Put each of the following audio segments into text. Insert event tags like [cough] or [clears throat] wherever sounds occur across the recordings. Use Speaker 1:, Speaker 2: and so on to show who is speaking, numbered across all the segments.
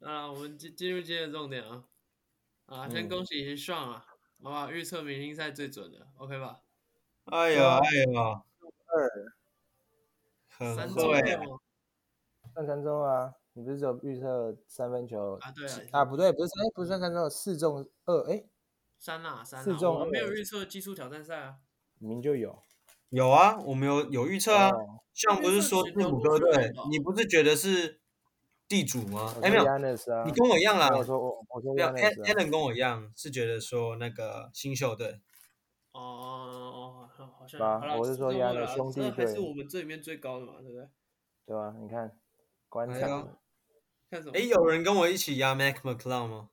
Speaker 1: 我们进进入今天的重点啊啊！
Speaker 2: 嗯
Speaker 1: 先恭喜上啊，好吧，预测明星赛最准的，OK 吧？
Speaker 3: 哎
Speaker 2: 对
Speaker 3: 呀
Speaker 2: 啊
Speaker 3: 哎呀，
Speaker 1: 三
Speaker 2: 嗯
Speaker 3: 很
Speaker 1: 中
Speaker 3: 会啊，
Speaker 1: 吗？
Speaker 2: 算三中啊，你不是只有预测三分球
Speaker 1: 啊对啊
Speaker 2: 几啊不对，不是三，不是算三中，四中二，哎，
Speaker 1: 三啊三
Speaker 2: 四
Speaker 1: 啊，
Speaker 2: 中
Speaker 1: 我们没有
Speaker 2: 二
Speaker 1: 预测技术挑战赛啊。
Speaker 2: 明明就有
Speaker 3: 有啊，我们有有预测啊，
Speaker 2: 哦
Speaker 3: 像不是说字母哥
Speaker 1: 因为这群都不是
Speaker 3: 队
Speaker 1: 人，
Speaker 3: 你不是觉得是地主吗
Speaker 2: 我？
Speaker 3: 哎没有，
Speaker 2: Yanis 啊，
Speaker 3: 你跟我一样啦
Speaker 2: 没，有说我我说
Speaker 3: 没有
Speaker 2: Yanis 啊
Speaker 3: Allen 跟我一样是觉得说那个新秀队，
Speaker 1: 哦哦哦，好像
Speaker 2: 啊
Speaker 1: 好啦
Speaker 2: 我是说
Speaker 1: 这
Speaker 2: 亚
Speaker 1: 个
Speaker 2: 的
Speaker 1: 啦
Speaker 2: 兄
Speaker 1: 这
Speaker 2: 弟
Speaker 1: 还是
Speaker 2: 队
Speaker 1: 我们这里面最高的嘛，对不对？
Speaker 2: 对吧？你看观
Speaker 3: 哎
Speaker 2: 察
Speaker 3: 呦
Speaker 1: 看什么？
Speaker 3: 哎，有人跟我一起压 Mac McCloud 吗？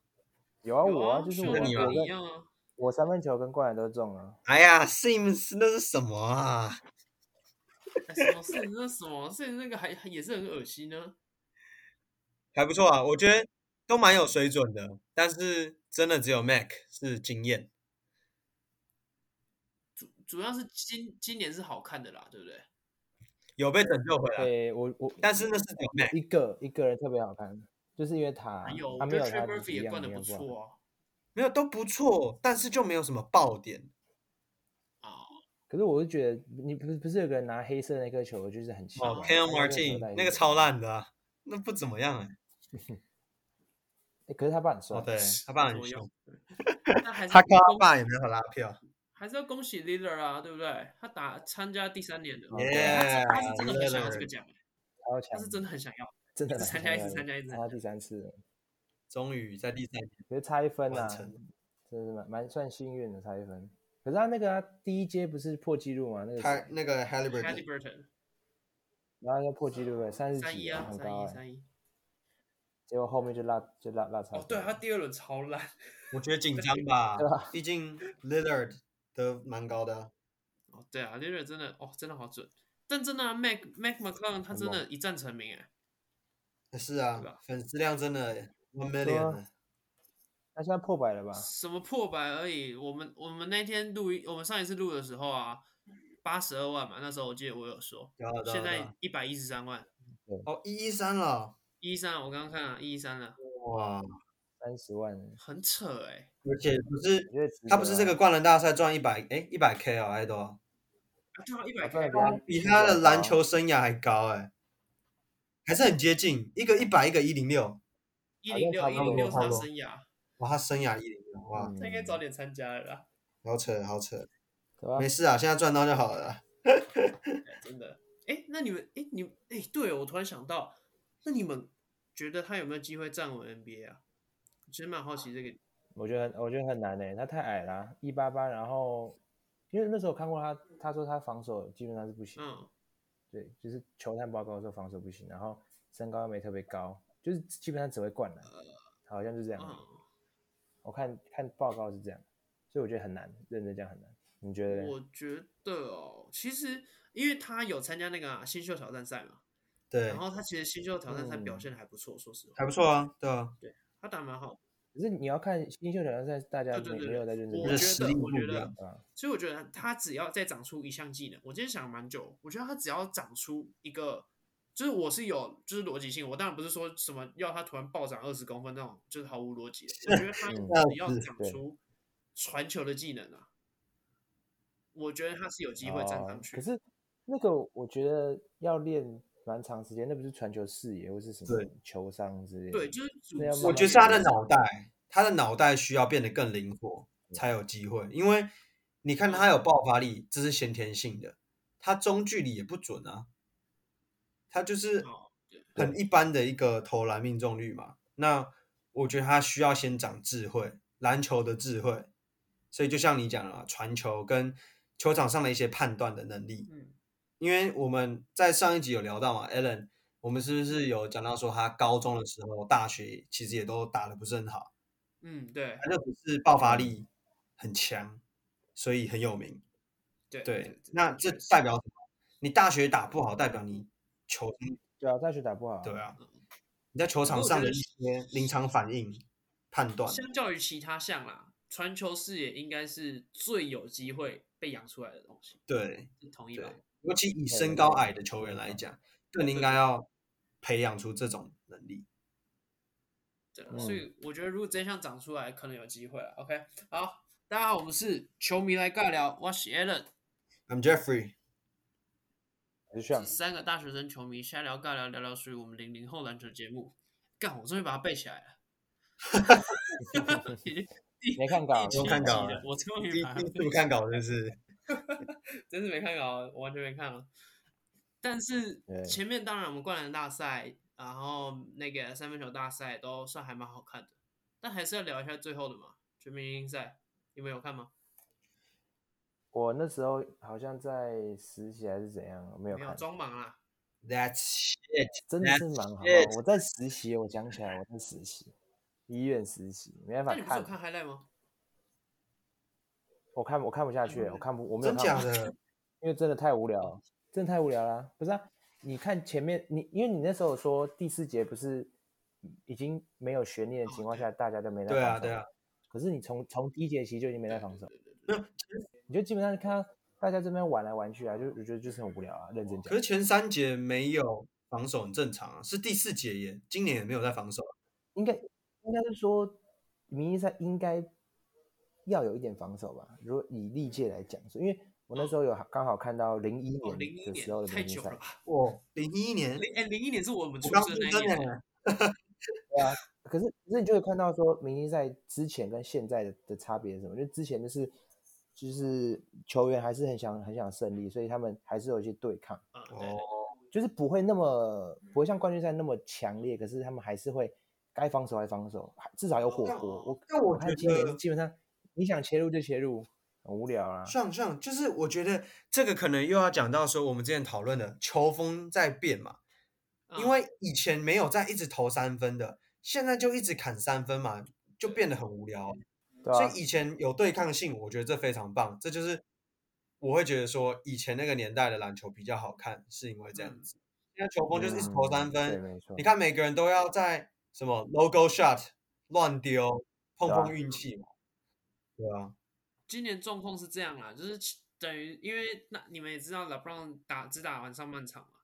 Speaker 2: 有啊
Speaker 1: 有
Speaker 2: 我
Speaker 1: 啊，
Speaker 2: 啊，就是
Speaker 1: 啊
Speaker 2: 我
Speaker 3: 你
Speaker 1: 跟
Speaker 3: 啊
Speaker 2: 我
Speaker 1: 你一
Speaker 2: 跟
Speaker 1: 样啊。
Speaker 2: 我三分球跟灌篮都中啊了，
Speaker 3: 哎呀，Sims 那是什么啊？
Speaker 1: 哎什么事情？那什么事情？那个还还也是很恶心呢。
Speaker 3: 还不错啊，我觉得都蛮有水准的，但是真的只有 Mac 是惊艳。
Speaker 1: 主主要是今今年是好看的啦，对不对？
Speaker 3: 有被拯救回来，
Speaker 2: 对我我
Speaker 3: 啊但是那是只有 Mac。
Speaker 2: 一个一个人特别好看，就是因为他
Speaker 3: 哎
Speaker 1: 还有，
Speaker 2: 啊他
Speaker 1: 我
Speaker 2: 没
Speaker 1: 觉
Speaker 2: 有
Speaker 1: 得 Trey
Speaker 2: 他就是
Speaker 1: Murphy
Speaker 2: 一
Speaker 1: 也
Speaker 2: 样
Speaker 1: 灌的
Speaker 2: 一
Speaker 1: 不
Speaker 2: 样灌
Speaker 1: 错啊。
Speaker 3: 没有都不错，但是就没有什么爆点。
Speaker 1: 啊，
Speaker 2: 可是我就觉得，你不是不是有个人拿黑色的那颗球，就是很奇怪。
Speaker 3: 哦
Speaker 1: 啊
Speaker 3: k a n
Speaker 2: 他那颗球到底是
Speaker 3: Martin 那个
Speaker 2: 怎
Speaker 3: 超
Speaker 2: 样、
Speaker 3: 烂的啊、那不怎么样哎、
Speaker 2: 诶可是他爸很帅。
Speaker 3: 哦，对，他爸
Speaker 1: 怎
Speaker 3: 很
Speaker 1: 么
Speaker 3: 凶
Speaker 1: 样，
Speaker 3: [laughs]
Speaker 1: 那还是
Speaker 3: 他跟他
Speaker 1: 恭
Speaker 3: 爸也没有拉票。
Speaker 1: 还是要恭喜 Lillard 啊，对不对？他打参加第三年的，
Speaker 2: 哦
Speaker 1: 他是
Speaker 3: Yeah，
Speaker 1: 他是真的很想要这个奖，
Speaker 2: 超
Speaker 1: 他
Speaker 2: 强，
Speaker 1: 是真的很想要，
Speaker 2: 真的
Speaker 1: 一直
Speaker 2: 蛮
Speaker 1: 参
Speaker 2: 强
Speaker 1: 加一直
Speaker 2: 的
Speaker 1: 参加一直参
Speaker 2: 他第三次了，
Speaker 3: 终于在第三年
Speaker 2: 可是差一分
Speaker 3: 完
Speaker 2: 啊，
Speaker 3: 成
Speaker 2: 真的蛮蛮算幸运的差一分。可是他那个啊、第一阶不是破纪录嘛？那个
Speaker 3: 他
Speaker 2: 谁
Speaker 3: 那个 Halliburton
Speaker 1: Halliburton
Speaker 2: 然后要破纪录对三十
Speaker 1: 三
Speaker 2: 几
Speaker 1: 一啊，
Speaker 2: 很
Speaker 1: 三
Speaker 2: 高
Speaker 1: 一
Speaker 2: 哎、
Speaker 1: 三一。
Speaker 2: 结果后面就落就落落差。
Speaker 1: 哦，对他第二轮超烂，
Speaker 3: 我觉得紧张吧
Speaker 2: 对吧，
Speaker 3: 毕竟 Lillard 得蛮高的啊、
Speaker 1: 哦，对啊，Lillard 真的哦，真的好准。但真的啊，Mac Mac McClung 他
Speaker 2: 很
Speaker 1: 真的
Speaker 2: 猛
Speaker 1: 一战成名哎，
Speaker 3: 是啊
Speaker 1: 对吧，
Speaker 3: 粉丝量真的 one
Speaker 2: 对啊
Speaker 3: million 了。
Speaker 2: 那现在破百了吧？
Speaker 3: 啊
Speaker 1: 什么破百而已。我们我们那天录音，我们上一次录的时候啊，八十二万嘛，那时候我记得我有说，
Speaker 3: 对啊对啊
Speaker 1: 现
Speaker 3: 对
Speaker 1: 在
Speaker 3: 啊
Speaker 1: 一百一十三万，
Speaker 3: 哦，一一三了，
Speaker 1: 一三我刚刚看了，啊一三了，
Speaker 3: 哇！
Speaker 2: 三十万，
Speaker 1: 很扯哎。
Speaker 3: 而且不是
Speaker 2: 我觉得值
Speaker 3: 他
Speaker 2: 得
Speaker 3: 不是
Speaker 2: 啊
Speaker 3: 这个灌篮大赛赚一百哎一百 K 啊，还多少？
Speaker 1: 啊对啊，一
Speaker 2: 我
Speaker 1: 百
Speaker 2: 真的
Speaker 1: K
Speaker 2: 觉得他
Speaker 3: 比他的篮
Speaker 2: 高啊
Speaker 3: 球生涯还高哎、还是很接近，一个一百，一个一零六，
Speaker 1: 一零六
Speaker 2: 好
Speaker 1: 一
Speaker 2: 像
Speaker 1: 零六
Speaker 2: 差
Speaker 1: 是
Speaker 2: 不多
Speaker 1: 他生涯，
Speaker 3: 哇，他生涯一零六，哇，
Speaker 2: 嗯
Speaker 1: 他应该早点参加了啦，
Speaker 3: 好扯，好扯，
Speaker 2: 对吧
Speaker 3: 没？事啊，现在赚到就好了啦。
Speaker 1: 哎真的。哎，那你们哎你哎对哦，我突然想到，那你们觉得他有没有机会站稳 NBA 啊？其实蛮好奇这个，
Speaker 2: 我觉得很，我觉得很难诶、欸他太矮啦，一八八，然后因为那时候我看过他，他说他防守基本上是不行，
Speaker 1: 嗯，
Speaker 2: 对，就是球探报告说防守不行，然后身高又没特别高，就是基本上只会灌篮，好像是这样。
Speaker 1: 嗯，
Speaker 2: 我看看报告是这样，所以我觉得很难，认真讲很难。你觉得嘞？
Speaker 1: 我觉得哦，其实因为他有参加那个啊、新秀挑战赛嘛，
Speaker 3: 对
Speaker 1: 然，后他其实新秀挑战赛表
Speaker 2: 嗯
Speaker 1: 现的还不错，说实话，
Speaker 3: 还不错啊，对啊，
Speaker 1: 他打蛮好的。
Speaker 2: 可是你要看新秀挑战赛，大家
Speaker 1: 对对
Speaker 2: 没
Speaker 1: 对
Speaker 2: 没有在认真
Speaker 1: 我
Speaker 3: 就
Speaker 2: 看
Speaker 3: 是
Speaker 1: 觉
Speaker 3: 实
Speaker 1: 得
Speaker 3: 力
Speaker 1: 我
Speaker 3: 不
Speaker 1: 觉
Speaker 3: 一
Speaker 1: 得
Speaker 3: 样
Speaker 2: 啊，
Speaker 1: 所以我觉得他只要再长出一项技能，我今天想了蛮久，我觉得他只要长出一个，就是我是有就是逻辑性，我当然不是说什么要他突然暴涨二十公分那种，就是毫无逻辑的。我觉得他
Speaker 2: 嗯
Speaker 1: 只要
Speaker 3: 是
Speaker 1: 长
Speaker 2: 对
Speaker 1: 出传球的技能啊，我觉得他是有机会站
Speaker 2: 哦
Speaker 1: 上去。
Speaker 2: 可是那个我觉得要练蛮长时间，那不是传球视野或是什么
Speaker 3: 对
Speaker 2: 球商之类的。
Speaker 1: 对，就是啊组
Speaker 2: 那要
Speaker 1: 织
Speaker 2: 慢
Speaker 3: 我
Speaker 2: 慢
Speaker 3: 觉得是
Speaker 2: 练
Speaker 3: 他的脑袋，他的脑袋需要变得更灵活才有机会，因为你看他有爆发力，这是先天性的，他中距离也不准啊，他就是
Speaker 1: 哦对
Speaker 3: 很一般的一个投篮命中率嘛。那我觉得他需要先长智慧，篮球的智慧，所以就像你讲了，传球跟球场上的一些判断的能力，
Speaker 1: 嗯，
Speaker 3: 因为我们在上一集有聊到嘛 a l a n 我们是不是有讲到说他高中的时候、大学其实也都打得不是很好，
Speaker 1: 嗯，对
Speaker 3: 他就只是爆发力很强，所以很有名。
Speaker 1: 对
Speaker 3: 对，那这代表什么？你大学打不好，代表你球
Speaker 2: 对啊，大学打不好。
Speaker 3: 对
Speaker 1: 嗯
Speaker 3: 啊，你在球场上的一些临场反应、判断，
Speaker 1: 相较于其他项啦，传球视野应该是最有机会被养出来的东西，
Speaker 3: 对，
Speaker 1: 你同意吧？
Speaker 3: 尤其以身高矮的球员来讲，更应该要培养出这种能力。
Speaker 1: 对对啊，
Speaker 3: 嗯
Speaker 1: 所以我觉得如果真相长出来，可能有机会了。OK，好，大家好，我们是球迷来尬聊，我是 Allen，
Speaker 3: I'm Jeffrey，
Speaker 2: 还是像
Speaker 1: 是三个大学生球迷瞎聊尬聊，聊聊属于我们零零后篮球节目。干，我终于把它背起来
Speaker 3: [laughs]
Speaker 1: 了。已经第
Speaker 2: 没看啊稿
Speaker 1: 第
Speaker 3: 有
Speaker 1: 七
Speaker 3: 看啊稿
Speaker 1: 集
Speaker 3: 了
Speaker 1: [laughs] 了我 [laughs] 终
Speaker 3: 第
Speaker 1: 于
Speaker 3: 一
Speaker 1: 把它
Speaker 3: 第一
Speaker 1: 背
Speaker 3: 次看稿就是
Speaker 1: 真是没看到，我完全没看了。但是
Speaker 2: 对
Speaker 1: 前面当然我们灌篮大赛，然后那个三分球大赛都算还蛮好看的，但还是要聊一下最后的嘛，全明星赛，你们有看吗？
Speaker 2: 我那时候好像在实习还是怎样，没有
Speaker 1: 没有，
Speaker 2: 看，
Speaker 1: 装忙啦。 [laughs]
Speaker 3: That's it，
Speaker 2: 真的是蛮好不好。我在实习，我讲起来我在实习，医院实习，没办
Speaker 1: 那
Speaker 2: 法
Speaker 1: 你不是有
Speaker 2: 看，
Speaker 1: 看 highlight 吗？
Speaker 2: 我看我看不下去，欸我看不我没有
Speaker 3: 真
Speaker 2: 看，
Speaker 3: 假的？
Speaker 2: 因为真的太无聊了，真的太无聊了。不是啊，你看前面你，因为你那时候说第四节不是已经没有悬
Speaker 1: 哦
Speaker 2: 念的情况下，大家都没在
Speaker 3: 对啊
Speaker 2: 防守
Speaker 3: 对啊。
Speaker 2: 可是你从从第一节起就已经没在防守，
Speaker 1: 对对对
Speaker 2: 你就基本上看到大家这边玩来玩去啊，就我觉得就是很无聊啊。认真
Speaker 3: 可
Speaker 2: 讲
Speaker 3: 是，前三节没有防守很正常啊，是第四节耶，今年也没有在防守。啊
Speaker 2: 应该应该是说，名义上应该要有一点防守吧。如果以历届来讲，说因为我那时候有刚好看到零一
Speaker 1: 哦，
Speaker 2: 年
Speaker 1: 零一
Speaker 2: 的时候
Speaker 1: 年
Speaker 2: 的
Speaker 1: 太
Speaker 2: 明星
Speaker 1: 久
Speaker 2: 赛
Speaker 1: 了，吧？
Speaker 3: 哇，零一年，
Speaker 1: 零哎，零一年是我们出
Speaker 3: 我刚
Speaker 1: 生
Speaker 3: 出
Speaker 1: 那
Speaker 3: 生
Speaker 1: 一年，啊
Speaker 3: 呢，
Speaker 2: 可是，可是你就会看到说，明星赛之前跟现在的的差别是什么？就之前就是就是球员还是很想很想胜利，所以他们还是有一些对抗，
Speaker 1: 啊，对对
Speaker 3: 哦，
Speaker 2: 就是不会那么不会像冠军赛那么强烈，可是他们还是会该防守还防守，还至少有火锅。我
Speaker 3: 但我
Speaker 2: 我看
Speaker 3: 觉
Speaker 2: 今年
Speaker 3: 得
Speaker 2: 基本上你想切入就切入，很无聊啊。
Speaker 3: 像像就是我觉得这个可能又要讲到说我们之前讨论的球风在变嘛，
Speaker 1: 啊
Speaker 2: 嗯
Speaker 3: 因为以前没有在一直投三分的，现在就一直砍三分嘛，就变得很无聊啊。
Speaker 2: 对
Speaker 3: 所
Speaker 2: 啊
Speaker 3: 以，以前有对抗性，我觉得这非常棒，这就是我会觉得说以前那个年代的篮球比较好看，是因为这样
Speaker 1: 嗯
Speaker 3: 子。现在球风就是一直投三
Speaker 2: 嗯
Speaker 3: 分，
Speaker 2: 对，没错
Speaker 3: 你。看每个人都要在什么 logo shot 乱丢，碰
Speaker 2: 对啊
Speaker 3: 碰运气嘛，对啊，
Speaker 1: 今年状况是这样啦，就是其等于因为那你们也知道 LeBron 打只打完上半场嘛，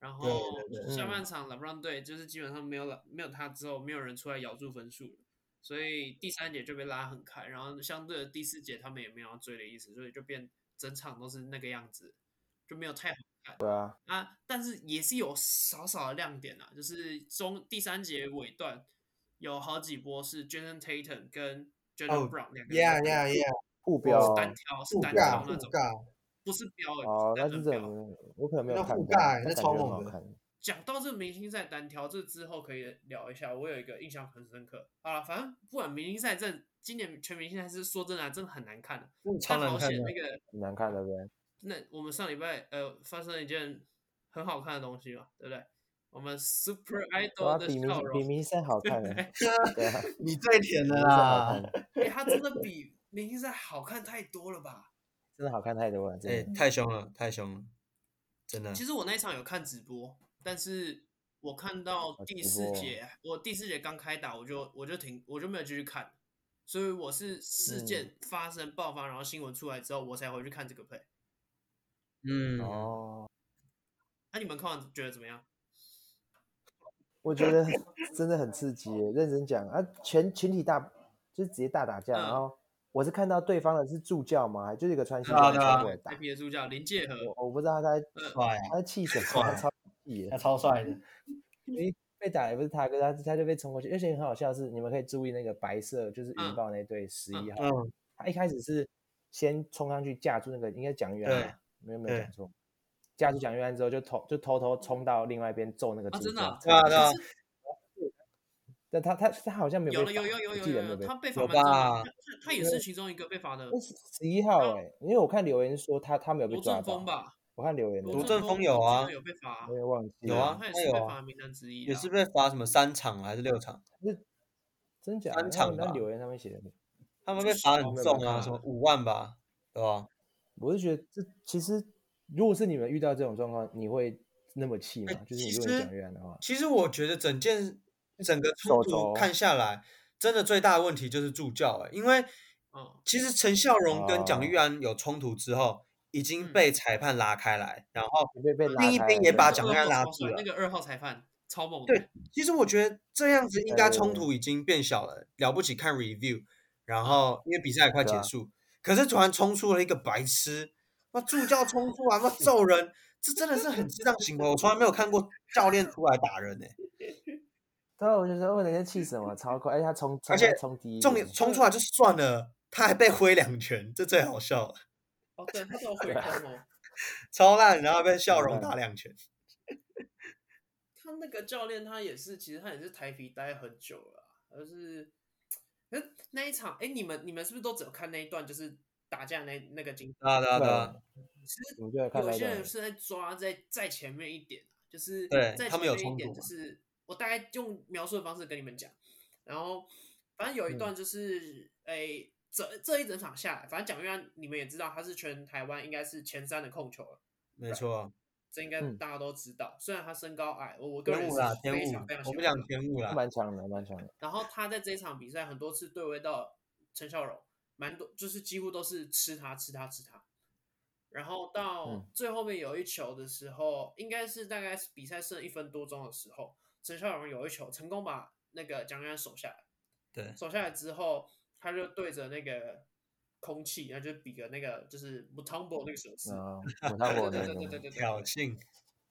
Speaker 1: 然后
Speaker 3: 对
Speaker 2: 对
Speaker 1: 下
Speaker 2: 嗯
Speaker 1: 半场 LeBron 队就是基本上没有了没有他之后，没有人出来咬住分数了，所以第三节就被拉很开，然后相对的第四节他们也没有要追的意思，所以就变整场都是那个样子，就没有太好看。
Speaker 2: 对啊，
Speaker 1: 啊，但是也是有少少的亮点啊，就是中第三节尾段有好几波是 Jason Tatum 跟 Jalen
Speaker 3: 哦
Speaker 1: Brown 两个人
Speaker 3: yeah
Speaker 1: 在
Speaker 3: yeah yeah，
Speaker 2: 啊互
Speaker 1: 不是
Speaker 2: 标
Speaker 1: 单挑，是
Speaker 3: 互
Speaker 1: 单
Speaker 3: 尬
Speaker 1: 挑
Speaker 3: 互
Speaker 1: 那种，
Speaker 3: 尬，
Speaker 1: 不是标而已
Speaker 2: 哦，
Speaker 1: 是
Speaker 2: 那
Speaker 1: 单
Speaker 2: 是
Speaker 1: 纯
Speaker 2: 这
Speaker 1: 标。
Speaker 2: 种，我可能没有
Speaker 3: 那
Speaker 2: 看
Speaker 3: 互
Speaker 2: 到，
Speaker 3: 尬
Speaker 2: 但
Speaker 3: 欸那
Speaker 2: 感
Speaker 3: 超
Speaker 2: 觉很
Speaker 3: 猛
Speaker 2: 好
Speaker 3: 的
Speaker 2: 看。
Speaker 1: 讲到这明星赛单挑，这之后可以聊一下，我有一个印象很深刻。好了，反正不管明星赛这今年全明星赛是说真的、啊，真的很难看的。
Speaker 3: 真的超
Speaker 1: 但
Speaker 3: 难
Speaker 1: 好
Speaker 3: 看
Speaker 1: 险
Speaker 3: 的
Speaker 1: 那。个
Speaker 2: 很难看，对不对？
Speaker 1: 那我们上礼拜呃发生了一件很好看的东西嘛，对不对？我们 Super
Speaker 2: 我要
Speaker 1: Idol 的
Speaker 2: 比明
Speaker 1: 笑
Speaker 2: 比
Speaker 1: 容，
Speaker 2: 明星赛好看呢。
Speaker 3: [laughs]
Speaker 2: 对啊，
Speaker 3: 你最
Speaker 2: [laughs]
Speaker 3: 甜的
Speaker 2: 明星赛好
Speaker 3: 啦
Speaker 2: 看！，
Speaker 1: 哎、它真的比明星赛好看太多了吧？
Speaker 2: [laughs] 真的好看太多了，
Speaker 3: 哎、
Speaker 2: 真的。
Speaker 3: 太凶了，太凶了，真的。
Speaker 1: 其实我那一场有看直播，但是我看到
Speaker 2: 啊
Speaker 1: 第
Speaker 2: 直
Speaker 1: 四
Speaker 2: 播
Speaker 1: 节，我第四节刚开打，我就我就停，我就没有继续看，所以我是
Speaker 2: 嗯
Speaker 1: 事件发生爆发，然后新闻出来之后，我才回去看这个 play。
Speaker 3: 嗯，
Speaker 2: 哦，
Speaker 1: 那、你们看完觉得怎么样？
Speaker 2: 我觉得真的很 [laughs] 刺激耶。认真讲啊，全群体大就是直接大打架，
Speaker 1: 嗯
Speaker 2: 然后我是看到对方的是助教嘛，还就是一个穿西
Speaker 3: 对啊
Speaker 2: 装的
Speaker 3: 对啊
Speaker 2: 穿过来打
Speaker 1: i，p 的助教林介和，
Speaker 2: 我我不知道他在
Speaker 3: 帅，
Speaker 2: 他在气什么，
Speaker 3: 帅
Speaker 2: 他超气的。
Speaker 3: 超帅的。
Speaker 2: 被打也不是他哥，他他就被冲过去，而且很好笑的是，你们可以注意那个白色就是云豹那队十一号，
Speaker 3: 嗯，
Speaker 2: 他一开始是先冲上去架住那个，应该蒋玉安吧？没有没有
Speaker 3: 对
Speaker 2: 讲错，架住蒋玉安之后就偷就偷偷冲到另外一边揍那个
Speaker 1: 啊
Speaker 2: 助
Speaker 1: 真的
Speaker 2: 教
Speaker 1: 啊，
Speaker 3: 对啊对啊
Speaker 1: 可是
Speaker 2: 但他他他好像没
Speaker 1: 有了
Speaker 2: 有被
Speaker 1: 有
Speaker 2: 罚
Speaker 1: 有有
Speaker 2: 我啊
Speaker 1: 有
Speaker 2: 记得
Speaker 1: 有
Speaker 2: 没
Speaker 1: 有，
Speaker 2: 被
Speaker 1: 他
Speaker 2: 罚。
Speaker 1: 被
Speaker 3: 有
Speaker 1: 罚蛮重
Speaker 3: 吧
Speaker 1: 的，他他他也是其中一个被罚的
Speaker 2: 那十一号哎、因为我看留言说他他没有被
Speaker 1: 罗
Speaker 2: 抓
Speaker 1: 振
Speaker 2: 到
Speaker 1: 峰，吧？
Speaker 2: 我看留言
Speaker 1: 罗
Speaker 3: 罗
Speaker 1: 振
Speaker 3: 振
Speaker 1: 峰
Speaker 3: 峰有啊
Speaker 1: 我记得有被罚、
Speaker 2: 我也忘记
Speaker 3: 有
Speaker 2: 了
Speaker 3: 啊
Speaker 1: 他也
Speaker 3: 他
Speaker 1: 是
Speaker 3: 有
Speaker 1: 被
Speaker 3: 啊
Speaker 1: 罚的名单之一
Speaker 3: 也
Speaker 1: 啦
Speaker 3: 是被罚什么三场还是六场？
Speaker 2: 真假
Speaker 3: 三
Speaker 2: 的？
Speaker 3: 场
Speaker 2: 那
Speaker 3: 吧
Speaker 2: 留言上面写的，
Speaker 3: 他们被罚很
Speaker 2: 没有
Speaker 3: 重
Speaker 2: 办
Speaker 3: 啊，
Speaker 2: 法
Speaker 3: 什么五万吧，对吧？
Speaker 2: 我是觉得这其实如果是你们遇到这种状况，你会那么气吗
Speaker 3: 哎？
Speaker 2: 就是你
Speaker 3: 其
Speaker 2: 如果你
Speaker 3: 实
Speaker 2: 蒋玉安的话，
Speaker 3: 其实我觉得整件整个冲
Speaker 2: 手
Speaker 3: 突
Speaker 2: 肘
Speaker 3: 看下来，真的最大的问题就是助教、欸，因为
Speaker 1: 嗯
Speaker 3: 其实陈孝荣跟蒋玉
Speaker 2: 哦
Speaker 3: 安有冲突之后，已
Speaker 1: 嗯
Speaker 3: 经被裁判拉开来，然后
Speaker 2: 被被拉
Speaker 3: 另一
Speaker 2: 开
Speaker 3: 边
Speaker 2: 了
Speaker 3: 也
Speaker 2: 对
Speaker 3: 把
Speaker 1: 那个
Speaker 3: 蒋
Speaker 1: 二
Speaker 3: 干
Speaker 1: 号
Speaker 3: 拉
Speaker 1: 超
Speaker 3: 住
Speaker 1: 帅
Speaker 3: 了
Speaker 1: 那个二号裁判超猛的。
Speaker 3: 对其实我觉得这样子应该
Speaker 2: 对
Speaker 3: 冲突已经变小了，了不起看 review，然
Speaker 1: 啊
Speaker 3: 后因为比赛也快
Speaker 2: 对
Speaker 3: 结
Speaker 2: 啊
Speaker 3: 束，可是突然冲出了一个白痴，那助教冲出来
Speaker 1: [laughs]
Speaker 3: 那揍人，这真的是很适当行为，我从来没有看过教练出来打人呢、欸
Speaker 2: 对啊，我就说，我那天气死我，超快，而且他冲，冲
Speaker 3: 而且
Speaker 2: 冲第一，
Speaker 3: 重点
Speaker 1: 嗯
Speaker 3: 冲出来就算了，他还被挥两拳，这最好笑了，
Speaker 1: 哦，对，他都有回
Speaker 3: [laughs]
Speaker 1: 空哦。
Speaker 3: 超烂，然后被
Speaker 2: 超
Speaker 3: 笑容
Speaker 2: 烂
Speaker 3: 打两拳，
Speaker 1: 他那个教练他也是，其实他也是台皮待很久了啊，而是，可是那一场，哎，你们你们是不是都只有看那一段，就是打架那那个精彩？
Speaker 3: 对啊对啊对啊，
Speaker 1: 其实
Speaker 2: 我就会看
Speaker 1: 有
Speaker 2: 那
Speaker 1: 些人
Speaker 2: 个，
Speaker 1: 是在抓在在前面一点啊，就是
Speaker 3: 对
Speaker 1: 在
Speaker 3: 他
Speaker 1: 前
Speaker 3: 们有
Speaker 1: 面一
Speaker 3: 冲
Speaker 1: 点，
Speaker 3: 突
Speaker 1: 就
Speaker 3: 嘛
Speaker 1: 是我大概用描述的方式跟你们讲，然后反正有一
Speaker 2: 嗯
Speaker 1: 段就是诶、这这一整场下来，反正蒋玉安你们也知道，他是全台湾应该是前三的控球了，
Speaker 3: 没错啊，
Speaker 1: 这应该
Speaker 2: 嗯
Speaker 1: 大家都知道。虽然他身高矮，我我个
Speaker 3: 天
Speaker 1: 人
Speaker 3: 雾
Speaker 1: 是
Speaker 3: 啦天
Speaker 1: 非
Speaker 3: 雾
Speaker 1: 常非常，喜
Speaker 3: 我
Speaker 1: 欢
Speaker 3: 们讲
Speaker 1: 他
Speaker 3: 天雾啦，
Speaker 2: 蛮强的，蛮强
Speaker 1: [laughs]
Speaker 2: 的，
Speaker 1: 然后他在这一场比赛很多次对位到陈孝荣，蛮多就是几乎都是吃他吃他吃他。然后到
Speaker 2: 嗯
Speaker 1: 最后面有一球的时候，应该是大概是比赛剩一分多钟的时候，陈孝荣有一球成功把那个蒋元守下来，
Speaker 3: 对
Speaker 1: 守下来之后，他就对着那个空气，然后就比个那个就是 Mutombo 那个手势，
Speaker 2: 啊，我看
Speaker 1: 对
Speaker 2: 过
Speaker 1: 对
Speaker 2: 那
Speaker 1: 对对对
Speaker 2: 个，
Speaker 1: 对对
Speaker 3: 挑，衅，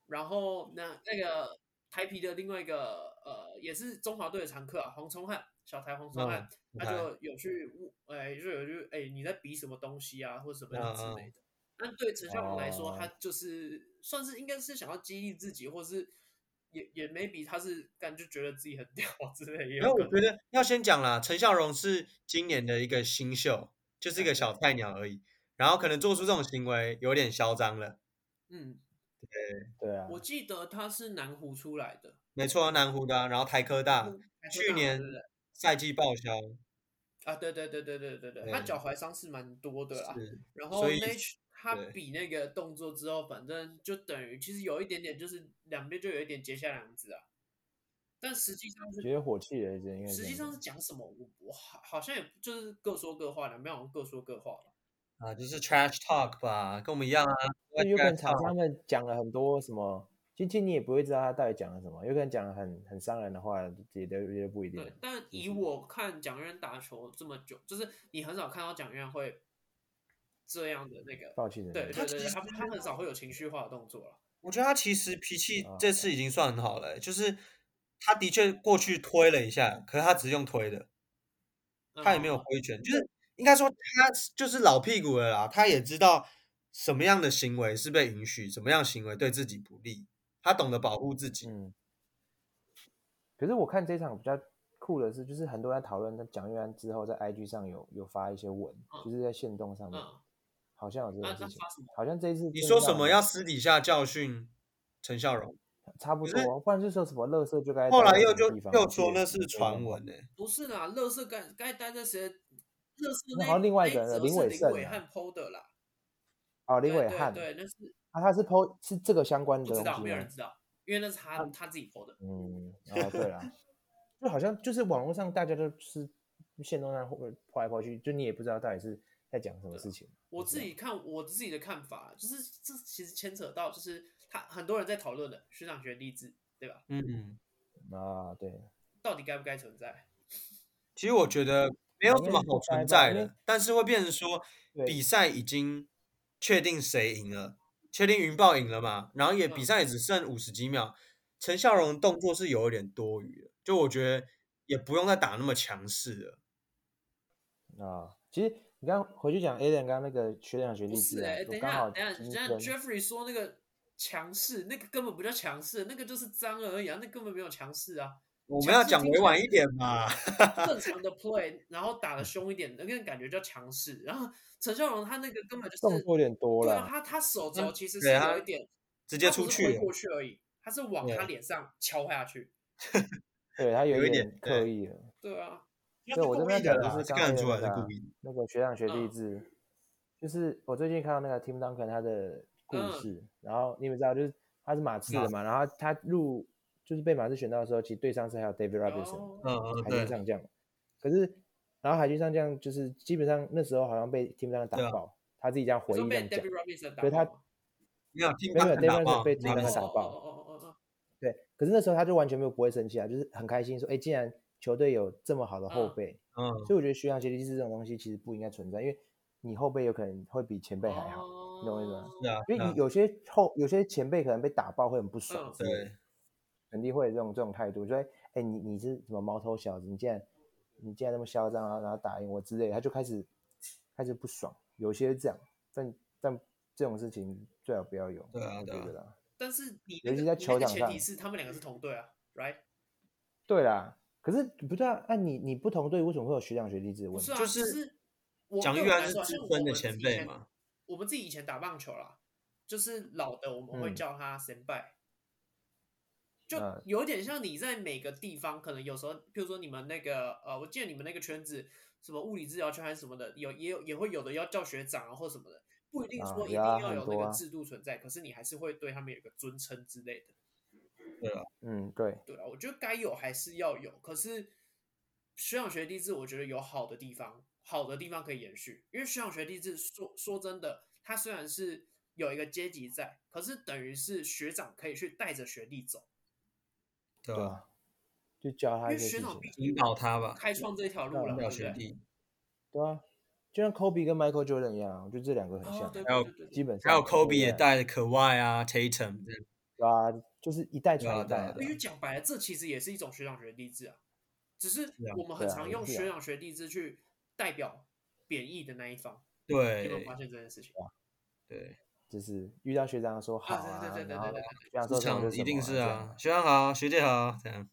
Speaker 1: 然后那那个台皮的另外一个呃，也是中华队的常客啊，黄崇汉，小台黄崇汉，
Speaker 3: 嗯
Speaker 1: 他
Speaker 3: ，OK
Speaker 1: 就有去问，哎，就有去哎，你在比什么东西啊，或者什么
Speaker 3: 嗯
Speaker 1: 之
Speaker 3: 嗯
Speaker 1: 类的。但对陈孝荣来说，
Speaker 2: 哦
Speaker 1: 他就是算是应该是想要激励自己，或是也也没比他是感就觉得自己很屌啊之类的。也
Speaker 3: 然后
Speaker 1: 有
Speaker 3: 我
Speaker 1: 可能
Speaker 3: 觉得要先讲啦，陈孝荣是今年的一个新秀，就是一
Speaker 1: 哎
Speaker 3: 个小菜鸟而已。然后可能做出这种行为有点嚣张了，
Speaker 1: 嗯，
Speaker 2: 对啊，
Speaker 1: 我记得他是南湖出来的，
Speaker 3: 没错啊，南湖的啊、然后台科大
Speaker 1: 嗯台科
Speaker 3: 去
Speaker 1: 大嘛
Speaker 3: 年
Speaker 1: 对不对
Speaker 3: 赛季报销，
Speaker 1: 啊，对对对对对对对，
Speaker 3: 对
Speaker 1: 他脚踝伤势蛮多的啦。
Speaker 3: 是
Speaker 1: 然
Speaker 3: 所
Speaker 1: 后
Speaker 3: 以
Speaker 1: 那一群他
Speaker 3: 对
Speaker 1: 比那个动作之后，反正就等于其实有一点点，就是两边就有一点结下梁子啊。但实际上是
Speaker 2: 觉得火气也是因为
Speaker 1: 实际上是讲什么，我我好好像也就是各说各话，两边好像各说各话吧。
Speaker 3: 啊，就是 trash talk 吧，跟我们一样啊。都在
Speaker 2: 就有可能
Speaker 3: trash
Speaker 2: 场
Speaker 3: talk
Speaker 2: 上们讲了很多什么，其实你也不会知道他到底讲了什么，有可能讲了很很伤人的话，也都也都不一定
Speaker 1: 对，。但以我看蒋渊打球这么久，就是你很少看到蒋渊会这样的那个，
Speaker 2: 暴气的，
Speaker 1: 对对
Speaker 3: 他
Speaker 1: 对，
Speaker 3: 其
Speaker 1: 对
Speaker 3: 实
Speaker 1: 他他很少会有情绪化的动作了。嗯
Speaker 3: 我觉得他其实脾气
Speaker 1: 哦
Speaker 2: 啊
Speaker 3: 这次已经算很好了欸、就是他的确过去推了一下，可是他只是用推的，他也没有
Speaker 1: 嗯
Speaker 3: 挥拳，就是应该说他就是老屁股了啦，他也知道什么样的行为是被允许，什么样行为对自己不利，他懂得保护自己。
Speaker 2: 嗯。可是我看这场比较酷的是，就是很多人在讨论他蒋玉安之后在 IG 上有有发一些文，
Speaker 3: 嗯
Speaker 2: 就是在线动上面，
Speaker 1: 嗯，
Speaker 2: 好像有这
Speaker 1: 那
Speaker 2: 种
Speaker 1: 那
Speaker 2: 事情
Speaker 1: 发，什么？
Speaker 2: 好像这一次
Speaker 3: 你
Speaker 2: 真的
Speaker 3: 说
Speaker 2: 让
Speaker 3: 什么
Speaker 2: 我
Speaker 3: 要私底下教训陈孝荣，
Speaker 2: 差不
Speaker 3: 可
Speaker 2: 多
Speaker 3: 是
Speaker 2: 啊，不然就说什么垃圾就该
Speaker 3: 后
Speaker 2: 带
Speaker 3: 来
Speaker 2: 到
Speaker 3: 又
Speaker 2: 什么
Speaker 3: 就
Speaker 2: 地方
Speaker 3: 又
Speaker 2: 去
Speaker 3: 说那是
Speaker 2: 对啊
Speaker 3: 传闻欸呢、
Speaker 1: 不是啦，乐色该该待在谁的？乐色
Speaker 2: 那好像另外一个人
Speaker 1: 那
Speaker 2: 了
Speaker 1: 则是
Speaker 2: 林
Speaker 1: 林
Speaker 2: 伟胜啊
Speaker 1: 汉 PO 的啦，
Speaker 2: 哦，林伟
Speaker 1: 对
Speaker 2: 汉
Speaker 1: 对对，那是
Speaker 2: 啊，他是 PO 是这个相关的
Speaker 1: 不知
Speaker 2: 东
Speaker 1: 道，
Speaker 2: 西
Speaker 1: 没有人
Speaker 2: 吗？
Speaker 1: 知道，因为那是他他自己 PO 的。
Speaker 2: 嗯，哦，对了，就好像就是网络上大家都是线动上或抛来抛去，就你也不知道到底是在讲什么事情。
Speaker 1: 我
Speaker 2: 不
Speaker 1: 自
Speaker 2: 知道
Speaker 1: 己看我自己的看法，就是这其实牵扯到就是他很多人在讨论的学长学励志，对吧？
Speaker 3: 嗯，
Speaker 2: 啊，对，
Speaker 1: 到底该不该存在？
Speaker 3: 其实我觉得没有
Speaker 2: 反
Speaker 3: 什
Speaker 2: 正
Speaker 3: 么
Speaker 2: 就
Speaker 3: 好
Speaker 2: 大
Speaker 3: 存
Speaker 2: 家
Speaker 3: 在
Speaker 2: 啊因为
Speaker 3: 的，但是会变成说
Speaker 2: 对
Speaker 3: 比赛已经确定谁赢了，确定云豹赢了嘛，然后也比
Speaker 1: 嗯
Speaker 3: 赛也只剩五十几秒，陈孝荣动作是有一点多余的，就我觉得也不用再打那么强势了。
Speaker 2: 啊，其实你刚刚回去讲 Alan 刚刚那个学长学
Speaker 1: 不
Speaker 2: 历
Speaker 1: 是
Speaker 2: 史啊
Speaker 1: 哎、，等
Speaker 2: 我
Speaker 1: 一
Speaker 2: 刚
Speaker 1: 下，
Speaker 2: 好
Speaker 1: 等一下，
Speaker 2: 今
Speaker 1: 等一下
Speaker 2: 天
Speaker 1: ，Jeffrey 说那个强势，那个根本不叫强势，那个就是脏而已啊，那根本没有强势啊。
Speaker 3: 我们
Speaker 1: 强
Speaker 3: 要
Speaker 1: 势
Speaker 3: 讲
Speaker 1: 听
Speaker 3: 委
Speaker 1: 起来
Speaker 3: 婉
Speaker 1: 就
Speaker 3: 一
Speaker 1: 是
Speaker 3: 点嘛，
Speaker 1: 正常的 play，然后打的凶一点，那个感觉叫强势。然后陈孝荣他那个根本就是
Speaker 2: 动作有点多嗯
Speaker 1: 对啊，
Speaker 2: 了，
Speaker 1: 他他手肘其实是
Speaker 3: 对啊
Speaker 1: 有一点，
Speaker 3: 直接
Speaker 1: 他不
Speaker 3: 出
Speaker 1: 是
Speaker 3: 去
Speaker 1: 挥
Speaker 3: 了
Speaker 1: 过去而已，他是往
Speaker 3: 对
Speaker 1: 他脸上敲下去。
Speaker 2: 对他有
Speaker 3: 有一
Speaker 2: 一
Speaker 3: 点
Speaker 2: 点
Speaker 3: 对
Speaker 2: 刻意了。
Speaker 1: 对啊，
Speaker 3: 那
Speaker 2: 对
Speaker 3: 是
Speaker 2: 我这
Speaker 3: 故
Speaker 2: 边
Speaker 3: 意
Speaker 2: 要
Speaker 3: 的
Speaker 2: 讲
Speaker 3: 啦
Speaker 2: 就是
Speaker 3: 是
Speaker 2: 刚
Speaker 3: 看
Speaker 2: 刚那
Speaker 3: 得出来是
Speaker 2: 个
Speaker 3: 故
Speaker 2: 啊
Speaker 3: 意的。
Speaker 2: 那个学长学弟
Speaker 1: 嗯
Speaker 2: 制，就是我最近看到那个 Tim Duncan 他的故
Speaker 1: 嗯
Speaker 2: 事，然后你们知道就是他是马刺
Speaker 3: 马
Speaker 2: 的嘛，然后他入就是被马刺选到的时候，其实对上是还有 David
Speaker 1: 然
Speaker 2: Robinson，、
Speaker 1: 后
Speaker 3: 嗯嗯，
Speaker 2: 海军
Speaker 3: 对，
Speaker 2: 上将，可是然后海军上将就是基本上那时候好像被 Tim Duncan 打
Speaker 3: 对啊
Speaker 2: 爆，他自己这样回
Speaker 1: 你说
Speaker 2: 忆这
Speaker 1: 被
Speaker 2: 样讲
Speaker 1: David，Robinson 打
Speaker 2: 所以他
Speaker 1: 爆吗，
Speaker 3: 没有听
Speaker 2: 没有
Speaker 3: 他
Speaker 2: 没有
Speaker 3: 打
Speaker 2: David
Speaker 3: 爆嗯
Speaker 2: Robinson 被
Speaker 3: 那
Speaker 2: Tim
Speaker 3: 个
Speaker 2: Duncan
Speaker 3: 是
Speaker 2: 打爆
Speaker 1: 哦哦哦哦哦哦哦，
Speaker 2: 对，可是那时候他就完全没有不会生气啊，就是很开心说，哎，既然球队有这么好的后
Speaker 1: 嗯
Speaker 2: 辈，
Speaker 3: 嗯，
Speaker 2: 所以我觉得虚量协力制这种东西其实不应该存在，因为你后辈有可能会比前辈还好，
Speaker 1: 哦
Speaker 2: 你懂我意思吗
Speaker 3: 是啊，
Speaker 2: 因为
Speaker 3: 那
Speaker 2: 你有些后有些前辈可能被打爆会很不爽
Speaker 1: 嗯，
Speaker 3: 对，
Speaker 2: 肯定会有这种这种态度，就会哎你你是什么毛头小子，你竟然你竟然那么嚣张啊，然后打赢我之类的，他就开始开始不爽，有些是这样，但但这种事情最好不要有，
Speaker 3: 对啊
Speaker 2: 我
Speaker 3: 对啊
Speaker 2: 觉得啦，
Speaker 1: 但是你那
Speaker 2: 尤其
Speaker 1: 个
Speaker 2: 在
Speaker 1: 你
Speaker 2: 球
Speaker 1: 那个
Speaker 2: 场
Speaker 1: 前
Speaker 2: 上
Speaker 1: 提是他们两个是同队啊，right？
Speaker 2: 对啦，可是不对啊，那、你你不同队为什么会有学长学弟制的
Speaker 1: 不
Speaker 2: 问
Speaker 1: 是啊，
Speaker 2: 题？
Speaker 3: 就
Speaker 1: 只
Speaker 3: 是
Speaker 1: 是我
Speaker 3: 蒋
Speaker 1: 个
Speaker 3: 玉
Speaker 1: 人
Speaker 3: 安
Speaker 1: 来
Speaker 3: 是
Speaker 1: 说啊
Speaker 3: 资
Speaker 1: 像我
Speaker 3: 深的
Speaker 1: 们自
Speaker 3: 前
Speaker 1: 己以
Speaker 3: 辈
Speaker 1: 前
Speaker 3: 嘛，
Speaker 1: 我们自己以前打棒球啦，就是老的我们会
Speaker 2: 嗯
Speaker 1: 叫他先拜、就
Speaker 2: 嗯
Speaker 1: 有点像你在每个地方，可能有时候，譬如说你们那个呃，我记得你们那个圈子，什么物理治疗圈还是什么的，有也有也会有的要叫学长啊或什么的，不一定
Speaker 2: 啊
Speaker 1: 说一定
Speaker 2: 有啊
Speaker 1: 要
Speaker 2: 很
Speaker 1: 有
Speaker 2: 多
Speaker 1: 那个
Speaker 2: 啊
Speaker 1: 制度存在，可是你还是会对他们有一个尊称之类的。
Speaker 2: 嗯，对，
Speaker 1: 对啊，我觉得该有还是要有，可是学长学弟制，我觉得有好的地方，好的地方可以延续。因为学长学弟制，说说真的，它虽然是有一个阶级在，可是等于是学长可以去带着学弟走，
Speaker 3: 对
Speaker 2: 对
Speaker 3: 吧？
Speaker 2: 啊，就教
Speaker 1: 因
Speaker 2: 他一
Speaker 1: 为
Speaker 2: 些
Speaker 1: 学
Speaker 2: 事
Speaker 1: 长
Speaker 2: 情
Speaker 1: 毕。竟
Speaker 3: 引导他吧，
Speaker 1: 开创这条路了，
Speaker 3: 引
Speaker 1: 对
Speaker 3: 导
Speaker 1: 不
Speaker 3: 学
Speaker 1: 对？
Speaker 3: 弟，
Speaker 2: 对啊，就像 Kobe 跟 Michael Jordan 一样，我觉得这两个很
Speaker 1: 哦
Speaker 2: 像，，
Speaker 1: 对
Speaker 3: 还有
Speaker 1: 对对对对
Speaker 2: 基本上
Speaker 3: 还有 Kobe 也
Speaker 2: 对
Speaker 3: 带可外啊，Tatum
Speaker 1: 嗯
Speaker 3: 这样
Speaker 2: 对啊，就是一代
Speaker 3: 对
Speaker 2: 传
Speaker 3: 啊
Speaker 2: 一
Speaker 3: 对啊
Speaker 2: 代啊
Speaker 1: 必须讲白了，这其实也是一种学长学弟制啊，只是
Speaker 3: 啊
Speaker 1: 我们很
Speaker 2: 对啊
Speaker 1: 常
Speaker 2: 也
Speaker 1: 用
Speaker 2: 是
Speaker 1: 学
Speaker 2: 啊
Speaker 1: 长学弟制去代表贬义的那一方，你有没有
Speaker 3: 对
Speaker 1: 发现这件事情？
Speaker 3: 对，
Speaker 2: 就是遇到学长说好
Speaker 1: 对
Speaker 2: 啊，
Speaker 1: 对对对
Speaker 2: 然后
Speaker 1: 对对
Speaker 2: 学长
Speaker 3: 市
Speaker 2: 说什么
Speaker 3: 场
Speaker 2: 就
Speaker 3: 一
Speaker 2: 什
Speaker 3: 定
Speaker 2: 么
Speaker 3: 是
Speaker 2: 这样
Speaker 3: 啊，学长好，学姐好，这样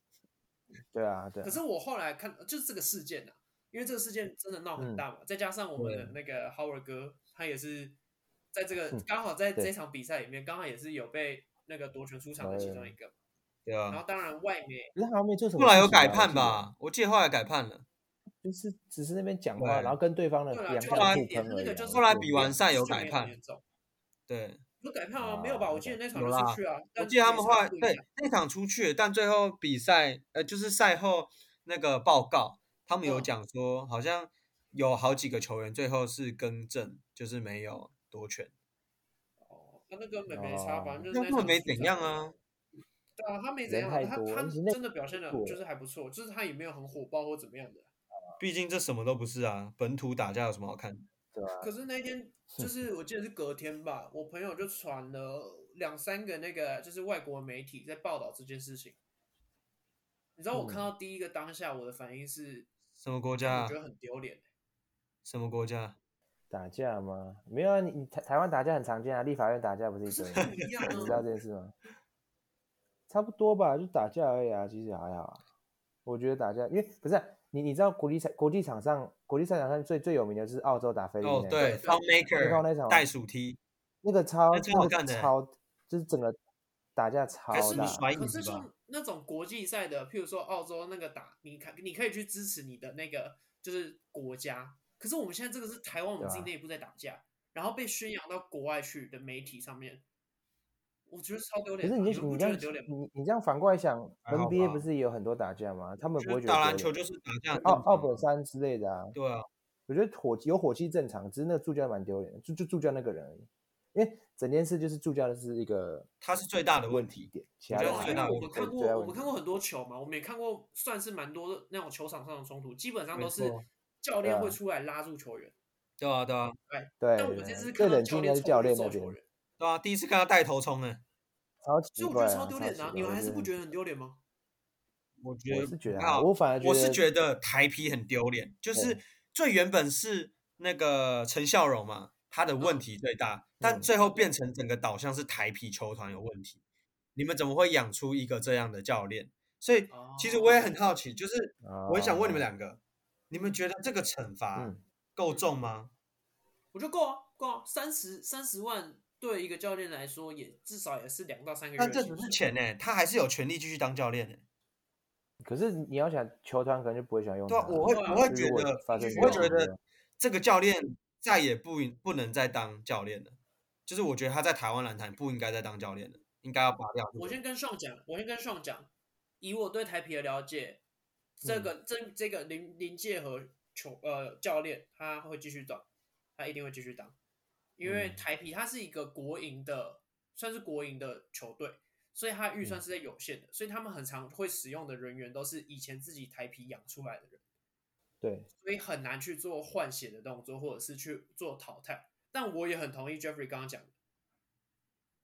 Speaker 2: 对啊对啊
Speaker 1: 可，是我后来看，就是这个事件啊，因为这个事件真的闹
Speaker 2: 嗯
Speaker 1: 很大嘛，再加上我们的那个 Howard 哥，他也是在这个
Speaker 2: 嗯
Speaker 1: 刚好在
Speaker 2: 对
Speaker 1: 这场比赛里面，刚好也是有被那个夺权出场的其中一个。
Speaker 3: 对
Speaker 1: 然
Speaker 3: 啊。
Speaker 1: 后当然外面
Speaker 2: 可是他没做什么，啊
Speaker 3: 后来有改判，吧？我记得后来改判了，
Speaker 2: 就是只是那边讲
Speaker 3: 对啊
Speaker 2: 话，然后跟对方的
Speaker 1: 对啦
Speaker 2: 两
Speaker 1: 就
Speaker 2: 个
Speaker 3: 后
Speaker 2: 人
Speaker 3: 来
Speaker 2: 互
Speaker 1: 也
Speaker 2: 喷
Speaker 1: 那
Speaker 2: 而已
Speaker 1: 个
Speaker 2: 啊。
Speaker 1: 就是
Speaker 3: 后来
Speaker 2: 我
Speaker 3: 比
Speaker 2: 觉得
Speaker 3: 完赛有
Speaker 1: 就没
Speaker 3: 改
Speaker 1: 有很
Speaker 3: 判，
Speaker 1: 严重，
Speaker 3: 对，
Speaker 1: 有改判吗？
Speaker 2: 啊
Speaker 1: 没有吧？我记得那场
Speaker 3: 有
Speaker 1: 就
Speaker 3: 啦
Speaker 1: 是去啊，
Speaker 3: 哦我
Speaker 1: 但
Speaker 3: 记得他们
Speaker 1: 比
Speaker 3: 后
Speaker 1: 赛
Speaker 3: 来
Speaker 1: 不一
Speaker 3: 对
Speaker 1: 样
Speaker 3: 那场出去，但最后比赛呃就是赛后那个报告，他们有
Speaker 1: 嗯
Speaker 3: 讲说好像有好几个球员最后是更正，就是没有夺权，
Speaker 1: 哦，他那根本没差，反正就是那
Speaker 3: 但根本
Speaker 1: 场
Speaker 3: 没
Speaker 1: 出场
Speaker 3: 怎样
Speaker 1: 而已
Speaker 3: 啊。
Speaker 1: 对啊，他没怎
Speaker 2: 人
Speaker 1: 样啊，
Speaker 2: 太
Speaker 1: 他
Speaker 2: 多
Speaker 1: 他
Speaker 2: 而且那
Speaker 1: 真的表现的
Speaker 2: 对
Speaker 1: 就是还不错，就是他也没有很火爆或怎么样的。
Speaker 3: 毕竟这什么都不是啊，本土打架有什么好看的？
Speaker 2: 对啊，
Speaker 1: 可是那一
Speaker 2: [laughs]
Speaker 1: 天就是我记得是隔天吧，我朋友就传了两三个那个就是外国媒体在报道这件事情。你知道我看
Speaker 2: 嗯
Speaker 1: 到第一个当下我的反应是，
Speaker 3: 什么国
Speaker 1: 我
Speaker 3: 家啊
Speaker 1: 觉？得很丢脸欸、
Speaker 3: 什么国家？
Speaker 2: 打架吗？没有啊，你你台台湾打架很常见啊，立法院打架不是
Speaker 1: 可
Speaker 2: 一
Speaker 1: 是
Speaker 2: 堆
Speaker 1: 不
Speaker 3: [laughs]
Speaker 2: 吗？
Speaker 1: 一样
Speaker 2: [laughs] 你知道
Speaker 1: 啊，
Speaker 2: 这件事吗？差不多吧，就打架而已啊，其实也还好啊。我觉得打架，因为不是啊、你，你知道国际赛国际场上国际赛场上最最有名的是澳洲打菲律宾
Speaker 3: 哦，
Speaker 2: 那啊
Speaker 3: 对
Speaker 2: 个，
Speaker 3: ，Tom
Speaker 2: 你看过那场
Speaker 3: Maker
Speaker 2: 吗
Speaker 3: 袋鼠踢，
Speaker 2: 那个超
Speaker 3: 那超好
Speaker 2: 那
Speaker 3: 看
Speaker 2: 个
Speaker 3: 的欸
Speaker 2: 超就是整个打架超
Speaker 1: 可是
Speaker 2: 大
Speaker 1: 你，
Speaker 3: 甩
Speaker 1: 可
Speaker 3: 椅
Speaker 1: 是
Speaker 3: 子吧
Speaker 1: 像那种国际赛的，譬如说澳洲那个打，你看你可以去支持你的那个就是国家。可是我们现在这个是台湾我们自己
Speaker 2: 对啊
Speaker 1: 内部在打架，然后被宣扬到国外去的媒体上面，我觉得超丢
Speaker 2: 可
Speaker 1: 脸的。
Speaker 2: 是你
Speaker 1: 你
Speaker 2: 就
Speaker 1: 们
Speaker 2: 你
Speaker 1: 不觉得
Speaker 2: 这样
Speaker 1: 很丢脸吗？
Speaker 2: 你你这样反过来想
Speaker 3: 还好
Speaker 2: ，NBA
Speaker 3: 吧
Speaker 2: 不是也有很多打架吗？他们不
Speaker 3: 就
Speaker 2: 会
Speaker 3: 是
Speaker 2: 觉得
Speaker 3: 打篮
Speaker 2: 丢
Speaker 3: 球
Speaker 2: 脸
Speaker 3: 就是打架的
Speaker 2: 奥
Speaker 3: 正
Speaker 2: 奥
Speaker 3: 常
Speaker 2: 本山之类的啊，
Speaker 3: 对啊，
Speaker 2: 我觉得火有火气正常，只是那个助教蛮丢脸的，就就助教那个人而已，因为整件事就是助教的是一个
Speaker 3: 他是最大的问
Speaker 2: 问
Speaker 3: 题
Speaker 2: 题点，其
Speaker 3: 我
Speaker 2: 他
Speaker 3: 觉
Speaker 1: 对啊因
Speaker 2: 人
Speaker 3: 得最大
Speaker 1: 为我
Speaker 3: 的问
Speaker 1: 们
Speaker 3: 题
Speaker 1: 看
Speaker 2: 对
Speaker 1: 过
Speaker 2: 最大，
Speaker 1: 我们
Speaker 2: 问题
Speaker 1: 看过很多球嘛，我们也看过，算是蛮多那种球场上的冲突，基本上
Speaker 3: 没
Speaker 1: 都是
Speaker 3: 错
Speaker 1: 教练
Speaker 2: 对啊
Speaker 1: 会出来拉住球员。
Speaker 3: 对啊，对啊，
Speaker 2: 对，
Speaker 1: 但我
Speaker 2: 对
Speaker 1: 们这次看
Speaker 2: 对最
Speaker 1: 到
Speaker 2: 冷静
Speaker 1: 教
Speaker 2: 应该
Speaker 1: 练冲
Speaker 2: 是
Speaker 1: 突
Speaker 2: 教练
Speaker 1: 揍
Speaker 2: 那
Speaker 1: 球
Speaker 2: 边，
Speaker 1: 员，
Speaker 3: 对啊，第一次看他带头冲呢，
Speaker 2: 超级
Speaker 1: 所以我觉
Speaker 2: 怪
Speaker 1: 得
Speaker 2: 啊，
Speaker 1: 超丢脸的啊
Speaker 2: 奇！怪
Speaker 1: 你们
Speaker 2: 我
Speaker 1: 还是
Speaker 2: 觉
Speaker 1: 不
Speaker 2: 得
Speaker 1: 觉得很丢脸吗？
Speaker 3: 我觉
Speaker 2: 我
Speaker 3: 得
Speaker 2: 是觉得
Speaker 3: 还
Speaker 2: 还好，
Speaker 3: 好
Speaker 2: 我反而觉得
Speaker 3: 我是觉得台皮很丢脸，就是
Speaker 2: 对
Speaker 3: 最原本是那个陈孝荣嘛，他的问题最大，但
Speaker 2: 嗯
Speaker 3: 最后变成整个导向是台皮球团有问题。你们怎么会养出一个这样的教练？所以其实我也很好奇，就是我很想问你们
Speaker 2: 哦
Speaker 3: 两个，你们觉得这个惩罚
Speaker 2: 嗯
Speaker 3: 够重吗？
Speaker 1: 我觉得够啊，够啊，三十三十万对一个教练来说，也至少也是两到三个月
Speaker 3: 但
Speaker 1: 的
Speaker 3: 这
Speaker 1: 薪
Speaker 3: 只
Speaker 1: 水。
Speaker 3: 是钱呢、他还是有权利继续当教练呢、
Speaker 2: 可是你要想球团可能就不会想用
Speaker 3: 对
Speaker 2: 他
Speaker 3: 啊，
Speaker 2: 了，
Speaker 3: 我会
Speaker 1: 对啊
Speaker 3: 我会
Speaker 2: 就
Speaker 3: 觉
Speaker 2: 如果
Speaker 3: 得，
Speaker 2: 发
Speaker 3: 我
Speaker 2: 生这
Speaker 3: 会
Speaker 2: 种
Speaker 3: 觉
Speaker 2: 情
Speaker 3: 得
Speaker 2: 况
Speaker 3: 这个教练再也不应不能再当教练了。就是我觉得他在台湾篮坛不应该再当教练了，应该要拔掉这
Speaker 1: 我
Speaker 3: 个。
Speaker 1: 先跟上讲，我先跟上讲，以我对台皮的了解，这个、这这个林林介和球呃教练他会继续当，他一定会继续当，因为
Speaker 2: 嗯
Speaker 1: 台皮它是一个国营的，算是国营的球队，所以他预算是在有限的，所以他们很常会使用的人员都是以前自己台皮养出来的人，
Speaker 2: 对，
Speaker 1: 所以很难去做换血的动作，或者是去做淘汰。但我也很同意 Jeffrey 刚刚讲的，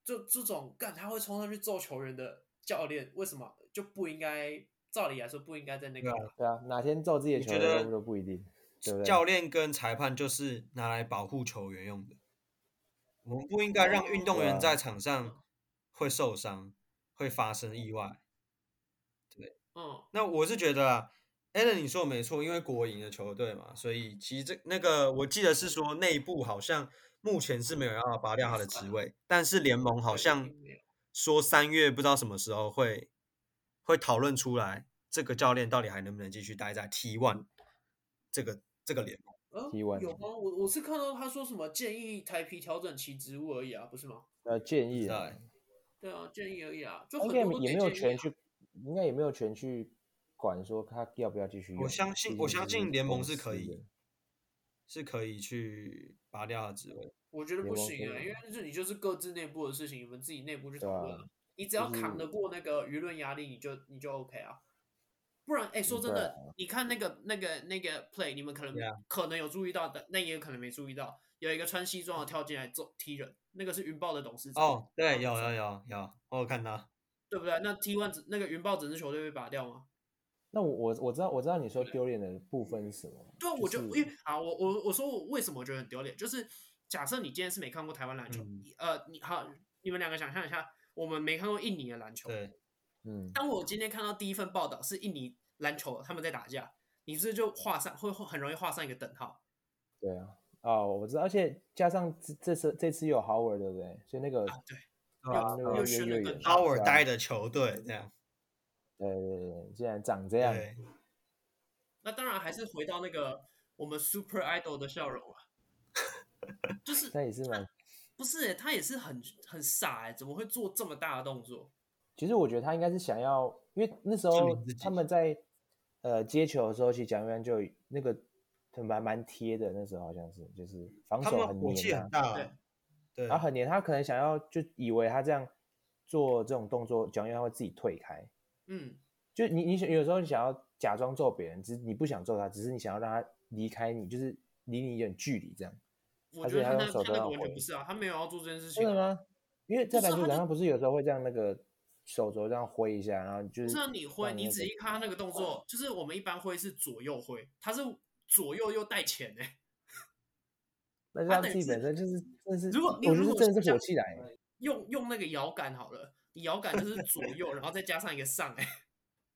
Speaker 1: 就这种干他会冲上去揍球员的教练，为什么就不应该？照理来说不应该在那个
Speaker 3: 对
Speaker 2: 对啊，哪天揍自己的
Speaker 3: 你
Speaker 2: 球
Speaker 3: 觉得
Speaker 2: 员都不一定，对不对？
Speaker 3: 教练跟裁判就是拿来保护球员用的。我们不应该让运动
Speaker 2: 啊
Speaker 3: 员在场上会受伤，会发生意外。
Speaker 1: 嗯
Speaker 3: 那我是觉得啊 a l a n 你说的没错，因为国营的球队嘛，所以其实这那个我记得是说内部好像目前是没有要拔掉他的职位，但是联盟好像说三月不知道什么时候会会讨论出来这个教练到底还能不能继续待在 T One 这个这个联盟。
Speaker 1: 呃
Speaker 2: 提问
Speaker 1: 有吗？我我是看到他说什么建议台皮调整其职务而已啊，不是吗？
Speaker 2: 呃，建议啊，
Speaker 3: 在
Speaker 1: 对啊，建议而已啊，就
Speaker 2: 应
Speaker 1: 很
Speaker 2: 该
Speaker 1: 多都
Speaker 2: 也
Speaker 1: 给
Speaker 2: 没有
Speaker 1: 建
Speaker 2: 权
Speaker 1: 议啊。
Speaker 2: 去，应该也没有权去管说他要不要继续用。
Speaker 3: 我相信，
Speaker 2: 毕
Speaker 3: 我
Speaker 2: 竟
Speaker 3: 相
Speaker 2: 这
Speaker 3: 信联盟
Speaker 2: 公
Speaker 3: 是可
Speaker 2: 司
Speaker 3: 以
Speaker 2: 的，
Speaker 3: 是可以去拔掉他的职位。
Speaker 1: 我觉得
Speaker 2: 联
Speaker 1: 不
Speaker 2: 盟
Speaker 1: 行
Speaker 2: 可
Speaker 1: 啊，
Speaker 2: 以
Speaker 1: 因为这你就是各自内部的事情，你们自己内部去讨
Speaker 2: 对啊
Speaker 1: 论啊。你只要
Speaker 2: 就是
Speaker 1: 扛得过那个舆论压力，你就你就 OK 啊。不然，哎，说真
Speaker 2: 对
Speaker 1: 的，你看那个那个那个 play，你们可能、
Speaker 3: 对啊
Speaker 1: 可能有注意到的，但也有可能没注意到，有一个穿西装的跳进来揍踢人，那个是云豹的董事长。
Speaker 3: 哦，对，有有有有，我有看到。
Speaker 1: 对不对？那 T one 那个云豹整支球队被拔掉吗？
Speaker 2: 那我我我知道我知道你说
Speaker 3: 啊
Speaker 2: 丢脸的部分是什么，
Speaker 1: 对啊，我就因
Speaker 2: 是
Speaker 1: 为啊，我我我说我为什么我觉得很丢脸，就是假设你今天是没看过台湾篮球，
Speaker 3: 嗯
Speaker 1: 呃，你好，你们两个想象一下，我们没看过印尼的篮球，
Speaker 3: 对，
Speaker 2: 嗯，
Speaker 1: 当我今天看到第一份报道是印尼篮球他们在打架，你是不是就画上会会很容易画上一个等号？
Speaker 2: 对啊，哦，我知道，而且加上这这次这次又有 Howard 对不对？所以那个
Speaker 1: 啊，对，
Speaker 3: 对啊
Speaker 2: 那
Speaker 1: 又
Speaker 2: 个
Speaker 1: 选
Speaker 2: 越
Speaker 1: 了
Speaker 2: 越
Speaker 1: 个
Speaker 2: 远，
Speaker 1: 高
Speaker 2: 对
Speaker 3: Howard
Speaker 2: 啊
Speaker 3: 待的球队这样。
Speaker 2: 对对对对，竟然长这样，
Speaker 3: 对，
Speaker 1: 那当然还是回到那个我们 Super Idol 的笑容啊，
Speaker 2: [laughs]
Speaker 1: 就是
Speaker 2: 那也是蛮。
Speaker 1: 不是、欸他也是很很傻哎、怎么会做这么大的动作？
Speaker 2: 其实我觉得他应该是想要，因为那时
Speaker 3: 证
Speaker 2: 候
Speaker 3: 明自己
Speaker 2: 他们在呃接球的时候，其实蒋玉安就有那个蛮蛮贴的，那时候好像是就是防
Speaker 3: 他
Speaker 2: 守
Speaker 3: 们
Speaker 2: 很
Speaker 3: 火气
Speaker 2: 黏
Speaker 3: 很
Speaker 2: 啊，
Speaker 3: 大
Speaker 1: 对
Speaker 3: 啊。对
Speaker 2: 然，后很黏，他可能想要就以为他这样做这种动作，蒋玉安会自己退开。
Speaker 1: 嗯，
Speaker 2: 就你你想有时候你想要假装揍别人，只是你不想揍他，只是你想要让他离开你，就是离你一点距离这样。
Speaker 1: 我
Speaker 2: 而
Speaker 1: 觉得
Speaker 2: 且
Speaker 1: 他
Speaker 2: 他
Speaker 1: 那
Speaker 2: 用手
Speaker 1: 他
Speaker 2: 都
Speaker 1: 那
Speaker 2: 要
Speaker 1: 个完全
Speaker 2: 回
Speaker 1: 不是啊，他没有要做这件事情、
Speaker 2: 真
Speaker 1: 啊。
Speaker 2: 的吗？因为在
Speaker 1: 不是
Speaker 2: 篮
Speaker 1: 啊他
Speaker 2: 球场
Speaker 1: 就
Speaker 2: 上不是有时候会这样那个手肘这样挥一下，然后你就是
Speaker 1: 不是啊你挥，
Speaker 2: 让
Speaker 1: 你
Speaker 2: 那
Speaker 1: 仔
Speaker 2: 个
Speaker 1: 细看他那个动作，就是我们一般挥是左右挥，他是左右又带前欸呢、
Speaker 2: 那是
Speaker 1: 他
Speaker 2: 他
Speaker 1: 等
Speaker 2: 自
Speaker 1: 于
Speaker 2: 己本
Speaker 1: 是
Speaker 2: 身就是，真的是，
Speaker 1: 如果你
Speaker 2: 我觉
Speaker 1: 如
Speaker 2: 得
Speaker 1: 果
Speaker 2: 真的是
Speaker 1: 像
Speaker 2: 火气来，
Speaker 1: 用用那个摇杆好了，你摇杆就是左右，然后再加上一个上哎、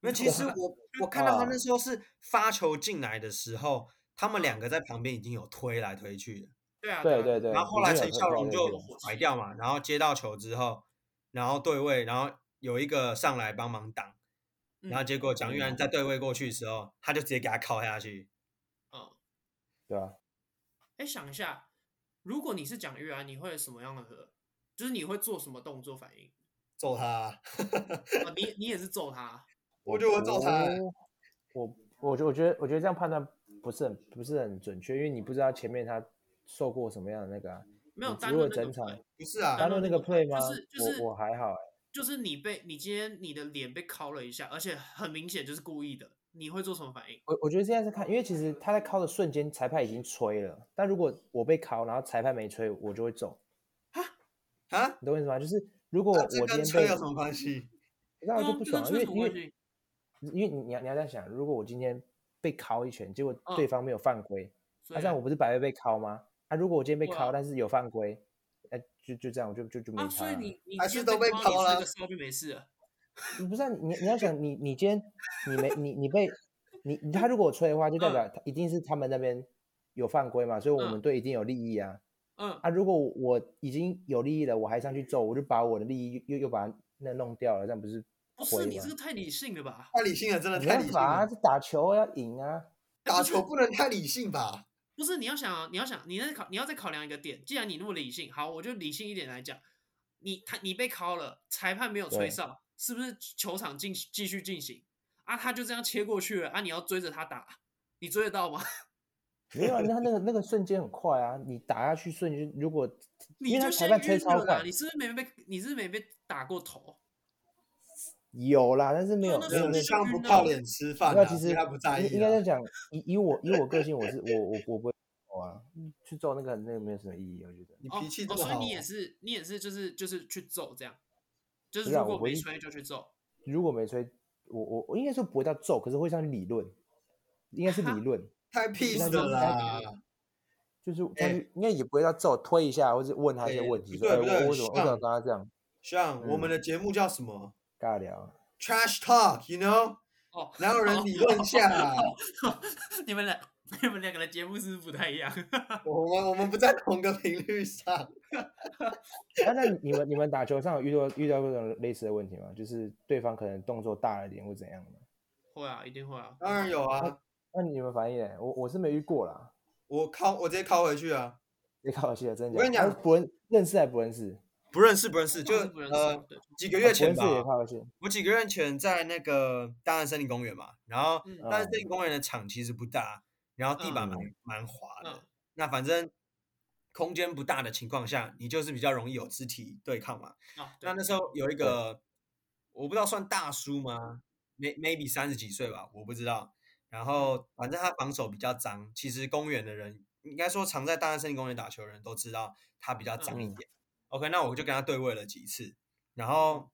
Speaker 3: 那其
Speaker 2: 啊
Speaker 1: [laughs]
Speaker 3: 实我我看到他那时候是发球进来的时候，他们两个在旁边已经有推来推去了。
Speaker 1: 对啊，
Speaker 2: [laughs]
Speaker 1: 对
Speaker 2: 对对
Speaker 1: 啊
Speaker 2: 对。
Speaker 3: 然后后
Speaker 2: 已
Speaker 3: 来
Speaker 2: 经有
Speaker 3: 陈孝荣
Speaker 2: 这
Speaker 3: 就
Speaker 2: 个
Speaker 1: 火气
Speaker 3: 甩掉嘛，然后接到球之后，然后对位，然后有一个上来帮忙挡，然后
Speaker 1: 嗯
Speaker 3: 结果蒋玉安在对位过去的时候，他就直接给他靠下去。
Speaker 1: 嗯，
Speaker 2: 对吧？
Speaker 1: 哎、想一下，如果你是蒋玉安，你会有什么样的和？就是你会做什么动作反应？
Speaker 3: 揍他！
Speaker 1: 啊，你你也是揍他，
Speaker 3: [laughs] 我觉得我
Speaker 1: 哦
Speaker 3: 揍他，
Speaker 2: 哦我我我觉得我觉得我觉得这样判断不是很不是很准确，因为你不知道前面他受过什么样的那个啊。
Speaker 1: 没有
Speaker 2: 你
Speaker 1: 单
Speaker 2: 如
Speaker 1: 论
Speaker 2: 果
Speaker 1: 那个
Speaker 2: 整场
Speaker 1: play
Speaker 3: 不是啊，
Speaker 2: 单论那个 play 吗？
Speaker 1: 就是就是
Speaker 2: 我我还好欸，
Speaker 1: 就是你被你今天你的脸被敲了一下，而且很明显就是故意的，你会做什么反应？
Speaker 2: 我我觉得现在是看，因为其实他在敲的瞬间，裁判已经吹了。但如果我被敲，然后裁判没吹，我就会走，
Speaker 3: 啊，
Speaker 2: 你懂我意思吗？就是如果我
Speaker 3: 那
Speaker 2: 今
Speaker 3: 这跟
Speaker 2: 天
Speaker 3: 吹
Speaker 2: 被
Speaker 3: 有什么关系？
Speaker 2: 那我就不
Speaker 1: 对啊
Speaker 2: 爽
Speaker 1: 这
Speaker 2: 了，
Speaker 1: 跟
Speaker 2: 因
Speaker 1: 吹
Speaker 2: 为
Speaker 1: 什么
Speaker 2: 因
Speaker 1: 关
Speaker 2: 为
Speaker 1: 系？
Speaker 2: 因为你你要你要这样想，如果我今天被敲一拳，结果
Speaker 1: 嗯
Speaker 2: 对方没有犯规，
Speaker 1: 所
Speaker 2: 那、
Speaker 1: 以
Speaker 2: 这样啊我不是白白被敲吗？啊，如果我今天被
Speaker 1: 啊对
Speaker 2: 敲，
Speaker 1: 啊
Speaker 2: 但是有犯规，那、就就这样，我就就就没
Speaker 1: 啊，
Speaker 2: 差
Speaker 1: 所
Speaker 2: 了、
Speaker 1: 以你你
Speaker 3: 还
Speaker 1: 今天
Speaker 3: 是都被
Speaker 1: 敲
Speaker 3: 敲
Speaker 1: 你
Speaker 3: 了
Speaker 1: 这个烧就没事了。
Speaker 2: 你不是、啊、你你要想你你今天你没你
Speaker 1: [laughs]
Speaker 2: 你被你他如果我吹的话，就代表他一定是他们那边有犯规嘛，所以我们
Speaker 1: 嗯
Speaker 2: 队一定有利益啊。
Speaker 1: 嗯，
Speaker 2: 啊，如果我已经有利益了，我还上去揍，我就把我的利益又又又把它那弄掉了，这样不是
Speaker 1: 不
Speaker 2: 亏
Speaker 1: 是你
Speaker 2: 吗
Speaker 1: 这？个太理性了吧？
Speaker 3: 太理性了，真的
Speaker 2: 没
Speaker 3: 太
Speaker 2: 办
Speaker 3: 理性
Speaker 2: 法啊，
Speaker 3: 了。
Speaker 2: 这打球要赢
Speaker 1: [laughs]
Speaker 2: 啊。
Speaker 3: 打球不能太理性吧？
Speaker 1: 不是你要想啊，你要想，你在考你要再考量一个点，既然你那么理性，好，我就理性一点来讲，你他你被敲了，裁判没有吹
Speaker 2: 对
Speaker 1: 哨，是不是球场进继续进行啊？他就这样切过去了啊，你要追着他打，你追得到吗？ [laughs]
Speaker 2: 没有啊，那那个那个瞬间很快啊，你打下去瞬间，如果
Speaker 1: 你
Speaker 2: 因为
Speaker 1: 就
Speaker 2: 他裁
Speaker 1: 先
Speaker 2: 判吹
Speaker 1: 晕
Speaker 2: 超
Speaker 1: 了啦，
Speaker 2: 快
Speaker 1: 你，是不是没被你是不是没被打过头？
Speaker 2: 有啦，但是没有
Speaker 1: 对那
Speaker 2: 没有
Speaker 1: 种
Speaker 2: 那
Speaker 1: 像
Speaker 3: 上不靠脸吃饭啊，
Speaker 2: 那其
Speaker 3: 因为
Speaker 2: 实
Speaker 3: 他不在意啊。
Speaker 2: 应应该在讲，以以我以我个性，我
Speaker 3: [laughs]
Speaker 2: 是我我我不会揍啊，去揍那个那个没有什么意义，我觉得。
Speaker 3: 你
Speaker 1: 哦
Speaker 3: 脾气这
Speaker 1: 哦，
Speaker 3: 么
Speaker 1: 所
Speaker 3: 好
Speaker 1: 以
Speaker 3: 啊，
Speaker 1: 你也是你也是就是就是去揍这样，就是
Speaker 2: 不是啊
Speaker 1: 如果
Speaker 2: 我唯
Speaker 1: 没
Speaker 2: 一
Speaker 1: 吹就去揍。
Speaker 2: 如果没吹，我我我应该说不会到揍，可是会上理论，应该是理论，
Speaker 3: 太 peace
Speaker 2: 那就
Speaker 3: 了啦。
Speaker 2: 就是他
Speaker 3: 哎
Speaker 2: 就应该也不会到揍，推一下或者问他一些
Speaker 3: 哎
Speaker 2: 问
Speaker 3: 不
Speaker 2: 题，说
Speaker 3: 对
Speaker 2: 哎
Speaker 3: 不对
Speaker 2: 我我怎么我怎么
Speaker 3: 像
Speaker 2: 跟他这样
Speaker 3: [laughs] 像我
Speaker 2: 嗯
Speaker 3: 们的节目叫什么
Speaker 2: 尬聊？啊
Speaker 3: ？Trash Talk，you know？
Speaker 1: 哦，
Speaker 3: 哪有人理论下啊？
Speaker 1: [laughs] 你们两你们两个的节目是不是不太一样？
Speaker 3: [laughs]
Speaker 1: [laughs]
Speaker 3: 我们我们不在同个频率上。
Speaker 2: 啊，那你们你们打球上有遇到遇到过这种类似的问题吗？就是对方可能动作大了一点或怎样的？
Speaker 1: 会啊，一定会啊。
Speaker 3: 当然有啊，
Speaker 2: 那你们反应呢？我我是没遇过啦，
Speaker 3: 我靠，我直接靠回去啊，
Speaker 2: 你看我记得真的
Speaker 3: 我
Speaker 2: 假
Speaker 3: 跟你
Speaker 2: 的？他
Speaker 3: 讲
Speaker 2: 不认认识还不认识？
Speaker 3: 不认识不认识，就
Speaker 1: 当然是不认识啊
Speaker 3: 呃
Speaker 1: 对
Speaker 3: 几个
Speaker 2: 啊
Speaker 3: 月
Speaker 2: 不认
Speaker 3: 前
Speaker 2: 识
Speaker 3: 吧，
Speaker 2: 也靠近，
Speaker 3: 我几个月前在那个大安森林公园嘛，然后
Speaker 1: 嗯
Speaker 3: 大安森林公园的场其实不大，然后地板
Speaker 2: 嗯
Speaker 3: 蛮蛮滑的
Speaker 1: 嗯，
Speaker 3: 那反正空间不大的情况下，你就是比较容易有肢体对抗嘛。
Speaker 1: 啊，对
Speaker 3: 那那时候有一个我不知道算大叔吗？may maybe 三十几岁吧，我不知道。
Speaker 1: 嗯
Speaker 3: 然后反正他防守比较脏，其实公园的人应该说常在大安森林公园打球的人都知道他比较脏一
Speaker 2: 嗯
Speaker 3: 点。OK，那我就跟他对位了几次，然后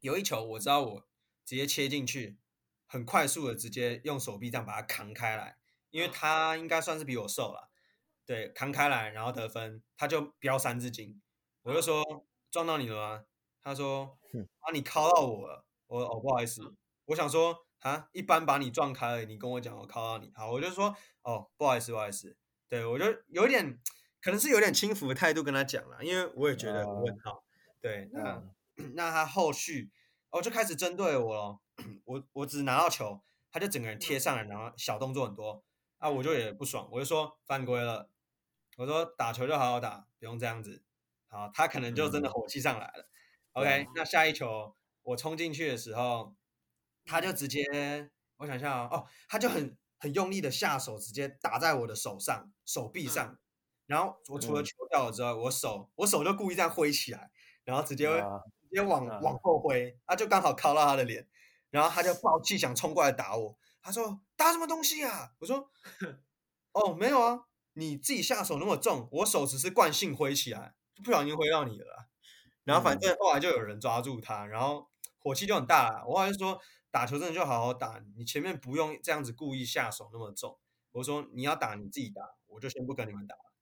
Speaker 3: 有一球我知道我直接切进去，很快速的直接用手臂这样把它扛开来，因为
Speaker 1: 嗯
Speaker 3: 他应该算是比我瘦了，对，扛开来然后得分，他就飙三字经，我就说撞到你了吗？他说
Speaker 2: 嗯哼嗯
Speaker 3: 啊你敲到我了，我哦不好意思，我想说啊一般把你撞开了，你跟我讲我敲到你，好我就说哦不好意思不好意思，对我就有点可能是有点轻浮的态度跟他讲了，因为我也觉得很问号，对，那、
Speaker 2: 啊嗯
Speaker 3: [clears throat] 那他后续哦就开始针对我了， [coughs] 我我只拿到球，他就整个人贴上来，然后小动作很多啊，我就也不爽，我就说犯规了，我说打球就好好打，不用这样子。好，他可能就真的火气上来了。OK，那下一球我冲进去的时候，他就直接我想一下哦，哦他就很很用力的下手，直接打在我的手上、手臂
Speaker 1: 嗯
Speaker 3: 上。然后我除了
Speaker 2: 嗯
Speaker 3: 球掉了之外，我手我手就故意这样挥起来，然后直接、
Speaker 2: 啊
Speaker 3: 直接往
Speaker 2: 啊
Speaker 3: 往后挥，他就刚好靠到他的脸，然后他就爆气想冲过来打我。他说打什么东西啊？我说哦没有啊，你自己下手那么重，我手只是惯性挥起来，就不小心挥到你了啦。然后反
Speaker 2: 嗯
Speaker 3: 正后来就有人抓住他，然后火气就很大啦。我后来就说打球真的就好好打，你前面不用这样子故意下手那么重。我说你要打你自己打，我就先不跟你们打了。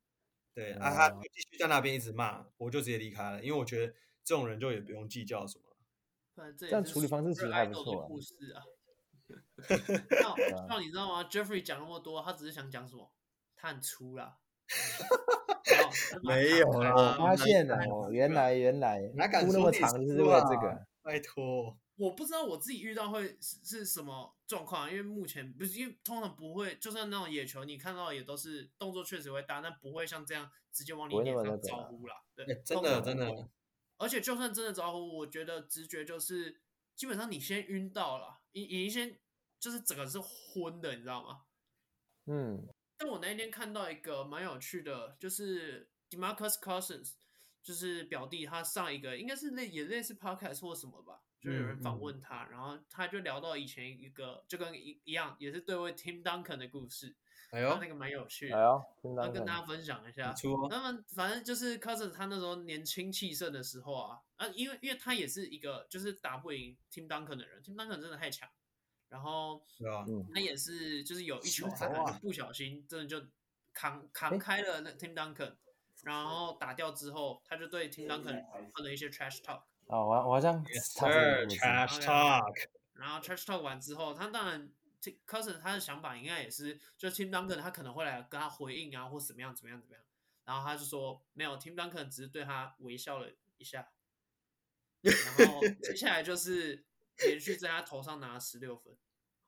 Speaker 3: 对，啊，他就
Speaker 2: 哦
Speaker 3: 继续在那边一直骂，我就直接离开了，因为我觉得这种人就也不用计较什么了。
Speaker 1: 不然这
Speaker 2: 这
Speaker 1: 也
Speaker 2: 样
Speaker 1: 是
Speaker 2: 处理方式其
Speaker 1: Super
Speaker 2: 实还
Speaker 1: Idol
Speaker 2: 不
Speaker 1: 的
Speaker 2: 错啊啊
Speaker 1: 故事
Speaker 3: [laughs]
Speaker 1: 啊。那我那你知道吗？Jeffrey 讲那么多，他只是想讲
Speaker 3: [laughs]
Speaker 1: 什么？他很粗啦。啊
Speaker 3: 没有啦
Speaker 1: 啦
Speaker 3: 啊，
Speaker 2: 发现了
Speaker 3: 那
Speaker 2: 哦，原来原来
Speaker 3: 哪敢
Speaker 2: 哭那
Speaker 3: 说
Speaker 2: 么
Speaker 3: 自己
Speaker 2: 长就是
Speaker 3: 输
Speaker 2: 为了
Speaker 3: 啊
Speaker 2: 这个。
Speaker 3: 拜托，
Speaker 1: 我不知道我自己遇到会是是什么状况，啊因为目前不是因为通常不会，就算那种野球，你看到的也都是动作确实会大，但不会像这样直接往你
Speaker 2: 不会那
Speaker 1: 脸上
Speaker 2: 么那个啊
Speaker 1: 招
Speaker 2: 啦
Speaker 1: 呼啦。对
Speaker 3: 哎，真
Speaker 1: 通常
Speaker 3: 的
Speaker 1: 不
Speaker 3: 真的
Speaker 1: 会而且就算真的招呼，我觉得直觉就是基本上你先晕到了，你你先就是整个是昏的，你知道吗？
Speaker 2: 嗯，
Speaker 1: 但我那一天看到一个蛮有趣的，就是 Demarcus Cousins，就是表弟，他上一个应该是类也类似 podcast 或什么吧，就有人
Speaker 3: 嗯
Speaker 1: 访
Speaker 3: 嗯
Speaker 1: 问他，然后他就聊到以前一个就跟一一样，也是对位 Tim Duncan 的故事，
Speaker 3: 哎
Speaker 1: 他
Speaker 3: 呦
Speaker 1: 那，个啊蛮有趣
Speaker 2: 哎
Speaker 1: 的，
Speaker 2: 呦，真
Speaker 1: 要
Speaker 2: 当
Speaker 1: 跟
Speaker 2: 真
Speaker 1: 大家分享一下
Speaker 3: 你。出哦
Speaker 1: 他们反正就是 Cousins 他那时候年轻气盛的时候啊，啊，因为因为他也是一个就是打不赢 Tim Duncan 的人，Tim Duncan 真的太强，然后
Speaker 3: 对啊吧？
Speaker 2: 嗯，
Speaker 1: 他也是就是有一
Speaker 3: 石
Speaker 1: 球，他可能
Speaker 3: 头
Speaker 1: 就
Speaker 3: 啊
Speaker 1: 不小哎心真的就扛扛
Speaker 2: 诶
Speaker 1: 开了那 Tim Duncan，然后打掉之后，他就对 Tim Duncan 喷了一些 trash talk，
Speaker 2: 哦，我我好像差不多
Speaker 3: 二
Speaker 2: 有这么
Speaker 3: trash
Speaker 1: OK
Speaker 3: talk，
Speaker 1: 然后 trash talk 完之后，他当然 Tim Cousins 他的想法应该也是，就 Tim Duncan 他可能会来跟他回应啊，或怎么样怎么样怎么样，然后他就说没有，Tim Duncan 只是对他微笑了一下，然后接下来就是连续在他头上拿了十六分，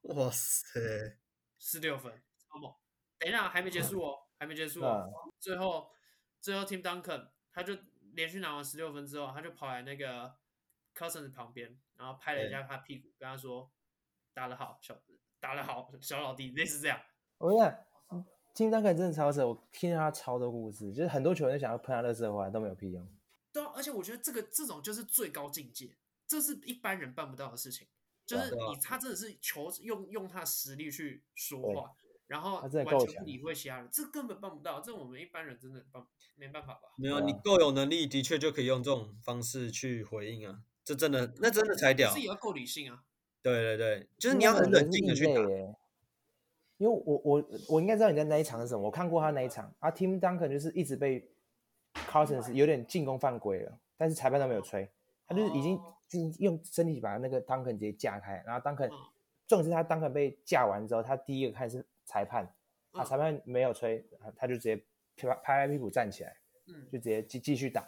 Speaker 3: 哇塞，
Speaker 1: 十六分，超猛！等一下，还没结束哦，还没结束哦。
Speaker 2: 嗯
Speaker 1: 最后，最后 Tim Duncan 他就连续拿完十六分之后，他就跑来那个 Cousins 旁边，然后拍了一下他屁股，跟他说：“打得好，小打得好，小老弟。”类似这样。
Speaker 2: 我跟你讲，金丹肯真的超扯，我听到他超多故事，就是很多球员都想要喷他热色话都没有屁用。
Speaker 1: 对啊，而且我觉得这个这种就是最高境界，这是一般人办不到的事情。就是
Speaker 3: 对啊
Speaker 1: 你他真的是求用用他的实力去说
Speaker 2: 对
Speaker 1: 话，然后
Speaker 2: 他真的
Speaker 1: 完
Speaker 2: 够
Speaker 1: 全不
Speaker 2: 强
Speaker 1: 理会其他人，这根本办不到，这我们一般人真的办没办法吧？
Speaker 3: 没有，
Speaker 2: 对啊
Speaker 3: 你够有能力，的确就可以用这种方式去回应啊。这真
Speaker 1: 嗯
Speaker 3: 的，那真的才屌
Speaker 1: 自。己要够理性啊。
Speaker 3: 对对对，就是
Speaker 2: 因
Speaker 3: 你
Speaker 2: 为
Speaker 3: 要
Speaker 2: 他
Speaker 3: 很
Speaker 2: 们
Speaker 3: 冷
Speaker 2: 人是
Speaker 3: 静的
Speaker 2: 异
Speaker 3: 去打
Speaker 2: 类。耶因为我我我应该知道你在那一场是什么，我看过他那一场啊。Tim Duncan 就是一直被 Carson 是有点进攻犯规了，但是裁判都没有吹，他就是已经
Speaker 1: 哦
Speaker 2: 就是用身体把那个 Duncan 直接架开，然后 Duncan
Speaker 3: 哦
Speaker 1: 嗯
Speaker 2: 重点是他 Duncan 被架完之后，他第一个看是裁判啊，
Speaker 3: 哦
Speaker 1: 嗯
Speaker 2: 裁判没有吹，啊他就直接拍拍拍屁股站起来，
Speaker 1: 嗯，
Speaker 2: 就直接继继续打，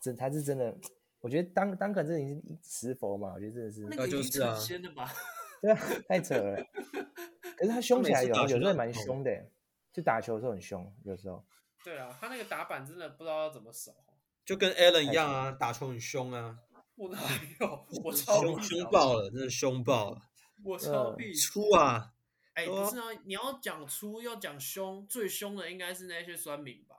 Speaker 2: 真他是真的，我觉得当 Duncan 这已经是石佛嘛，我觉得真的是
Speaker 1: 那
Speaker 3: 呃
Speaker 1: 个已
Speaker 3: 就
Speaker 1: 经
Speaker 3: 是啊
Speaker 1: 成仙了吧？
Speaker 2: 对啊，太扯了。可是他凶起来有
Speaker 3: 他每次打球
Speaker 2: 有时候
Speaker 3: 都
Speaker 2: 蛮
Speaker 3: 很痛
Speaker 2: 凶的欸，就打球的时候很凶，有时候
Speaker 1: [laughs] 对啊，他那个打板真的不知道要怎么守。哦
Speaker 3: 就跟 Allen 一样啊，打球很凶啊，
Speaker 1: 我哪有？ [laughs] 我超
Speaker 3: 凶
Speaker 1: 屁
Speaker 3: 凶
Speaker 1: 的
Speaker 3: 爆了，真的凶爆了，
Speaker 1: 我超
Speaker 2: 嗯
Speaker 1: 必
Speaker 3: 出啊！
Speaker 1: 哎、
Speaker 3: 对
Speaker 1: 不
Speaker 3: 啊
Speaker 1: 是啊，你要讲粗，要讲凶，最凶的应该是那些酸民吧？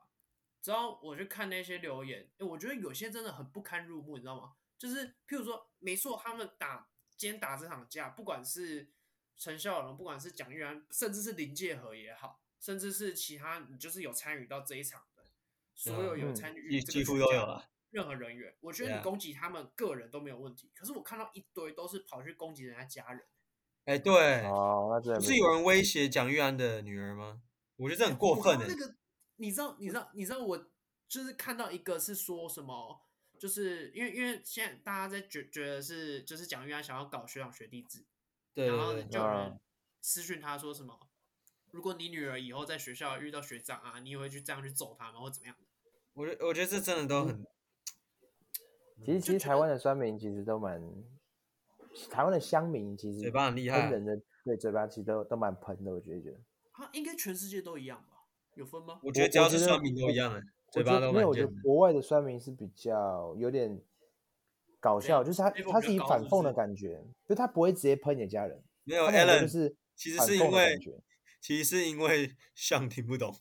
Speaker 1: 只要我去看那些留言，哎、我觉得有些真的很不堪入目，你知道吗？就是譬如说，没错，他们打今天打这场架，不管是陈孝龙，不管是蒋玉安，甚至是林介和也好，甚至是其他你就是有参与到这一场的，所有有
Speaker 2: 嗯
Speaker 1: 参与
Speaker 3: 几
Speaker 1: 这个
Speaker 3: 几乎
Speaker 1: 打
Speaker 3: 都
Speaker 1: 架
Speaker 3: 有啊
Speaker 1: 的
Speaker 3: 了，
Speaker 1: 任何人员，我觉得
Speaker 3: 对
Speaker 1: 你
Speaker 3: 啊
Speaker 1: 攻击他们个人都没有问题。可是我看到一堆都是跑去攻击人家家人。
Speaker 3: 哎，对，
Speaker 2: 哦，那真的
Speaker 3: 不是有人威胁蒋玉安的女儿吗？我觉得这很过
Speaker 1: 我
Speaker 3: 分
Speaker 1: 看
Speaker 3: 哎
Speaker 1: 那。个，你知道，你知道，你知道，我就是看到一个是说什么，就是因为因为现在大家在觉觉得是就是蒋玉安想要搞学长学弟制，
Speaker 3: 对
Speaker 1: 然后
Speaker 3: 对对，
Speaker 1: 就有
Speaker 2: 啊
Speaker 1: 人私讯他说什么，如果你女儿以后在学校遇到学长啊，你也会去这样去揍他吗，或怎么样的？
Speaker 3: 我觉得我觉得这真的都很
Speaker 2: 其实其
Speaker 1: 就觉
Speaker 2: 实台湾的酸民其实都蛮，台湾的乡民其实
Speaker 3: 嘴巴很厉害
Speaker 2: 喷人的对嘴巴其实都都蛮喷的，我觉得觉得。
Speaker 1: 他应该全世界都一样吧？有分吗？
Speaker 3: 我觉得
Speaker 2: 我
Speaker 3: 只要
Speaker 2: 我
Speaker 3: 是
Speaker 2: 觉得
Speaker 3: 酸民都一样哎，嘴
Speaker 2: 我
Speaker 3: 巴
Speaker 2: 觉
Speaker 3: 都
Speaker 2: 得没有，
Speaker 3: 蛮
Speaker 2: 我觉
Speaker 3: 贱
Speaker 2: 得
Speaker 3: 的。
Speaker 2: 国外的酸民是比较有点搞
Speaker 3: 啊
Speaker 1: 怎样
Speaker 2: 笑，就是他
Speaker 1: level
Speaker 2: 他
Speaker 1: 比
Speaker 2: 是以
Speaker 1: 较高
Speaker 2: 反
Speaker 1: 是不
Speaker 2: 讽的
Speaker 1: 是
Speaker 2: 感觉，就他不会直接喷你的家人，
Speaker 3: 没有
Speaker 2: 他们很多
Speaker 3: Allen，
Speaker 2: 就是
Speaker 3: 啊其实
Speaker 2: 反
Speaker 3: 是
Speaker 2: 讽
Speaker 3: 因
Speaker 2: 的
Speaker 3: 为
Speaker 2: 感觉。
Speaker 3: 其实是因为像听不懂，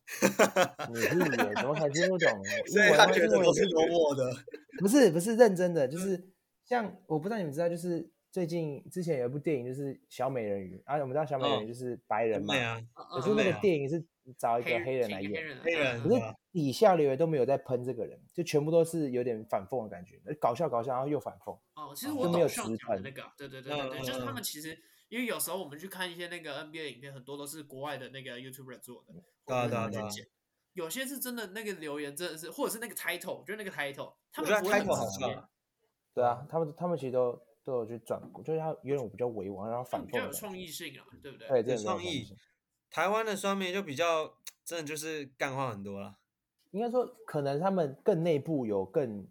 Speaker 2: 你是也怎么才听不懂？
Speaker 3: [laughs] 所
Speaker 2: 英
Speaker 3: 以
Speaker 2: 文
Speaker 3: 他
Speaker 2: 吗
Speaker 3: 觉
Speaker 2: 英
Speaker 3: 得
Speaker 2: 文
Speaker 3: 我
Speaker 2: 也
Speaker 3: 是幽默的。
Speaker 2: 不是不是认真的，就是像我不知道你们知道，就是最近之前有一部电影就是小美人鱼啊，我们知道小美人
Speaker 3: 嗯
Speaker 2: 鱼就是白人嘛
Speaker 3: 对，啊，
Speaker 1: 可
Speaker 2: 可是那
Speaker 3: 美
Speaker 2: 个
Speaker 3: 啊
Speaker 2: 电影是找一个
Speaker 1: 嗯黑
Speaker 2: 黑人来演，
Speaker 1: 人啊
Speaker 3: 黑人
Speaker 2: 可是
Speaker 3: 对啊
Speaker 2: 底下留言都没有在喷这个人，就全部都是有点反讽的感觉，搞笑搞笑，然后又反讽。
Speaker 1: 哦，其实
Speaker 3: 啊
Speaker 1: 我
Speaker 2: 就没有
Speaker 1: 懂上
Speaker 2: 直
Speaker 1: 讲的
Speaker 2: 喷
Speaker 1: 那个啊，对对对对对，
Speaker 3: 嗯
Speaker 1: 就是他
Speaker 3: 嗯
Speaker 1: 们其实因为有时候我们去看一些那个 NBA 影片，很多都是国外的那个 YouTuber 做的，
Speaker 3: 对啊
Speaker 1: 或者
Speaker 3: 对啊
Speaker 1: 他们去
Speaker 3: 对
Speaker 1: 剪
Speaker 3: 啊
Speaker 1: 有些是真的那个留言真的是，或者是那个 title，我觉得那个 title，他
Speaker 3: 我
Speaker 1: 们
Speaker 3: 觉得
Speaker 1: 不会
Speaker 3: 他开
Speaker 1: 很
Speaker 3: 头很
Speaker 1: 直
Speaker 3: 棒
Speaker 1: 接，
Speaker 3: 啊，
Speaker 2: 对啊，他们他们其实都都有去转，就是他有点比较委婉，然后
Speaker 1: 他
Speaker 2: 反
Speaker 1: 们
Speaker 2: 讽
Speaker 1: 比较
Speaker 2: 的感
Speaker 1: 有
Speaker 2: 觉。
Speaker 1: 创意性啊，对不对？
Speaker 2: 对，这
Speaker 3: 有
Speaker 2: 种比较有
Speaker 3: 创
Speaker 2: 创
Speaker 3: 意
Speaker 2: 意。。
Speaker 3: 台湾的酸民就比较真的就是干话很多了。
Speaker 2: 应该说，可能他们更内部有更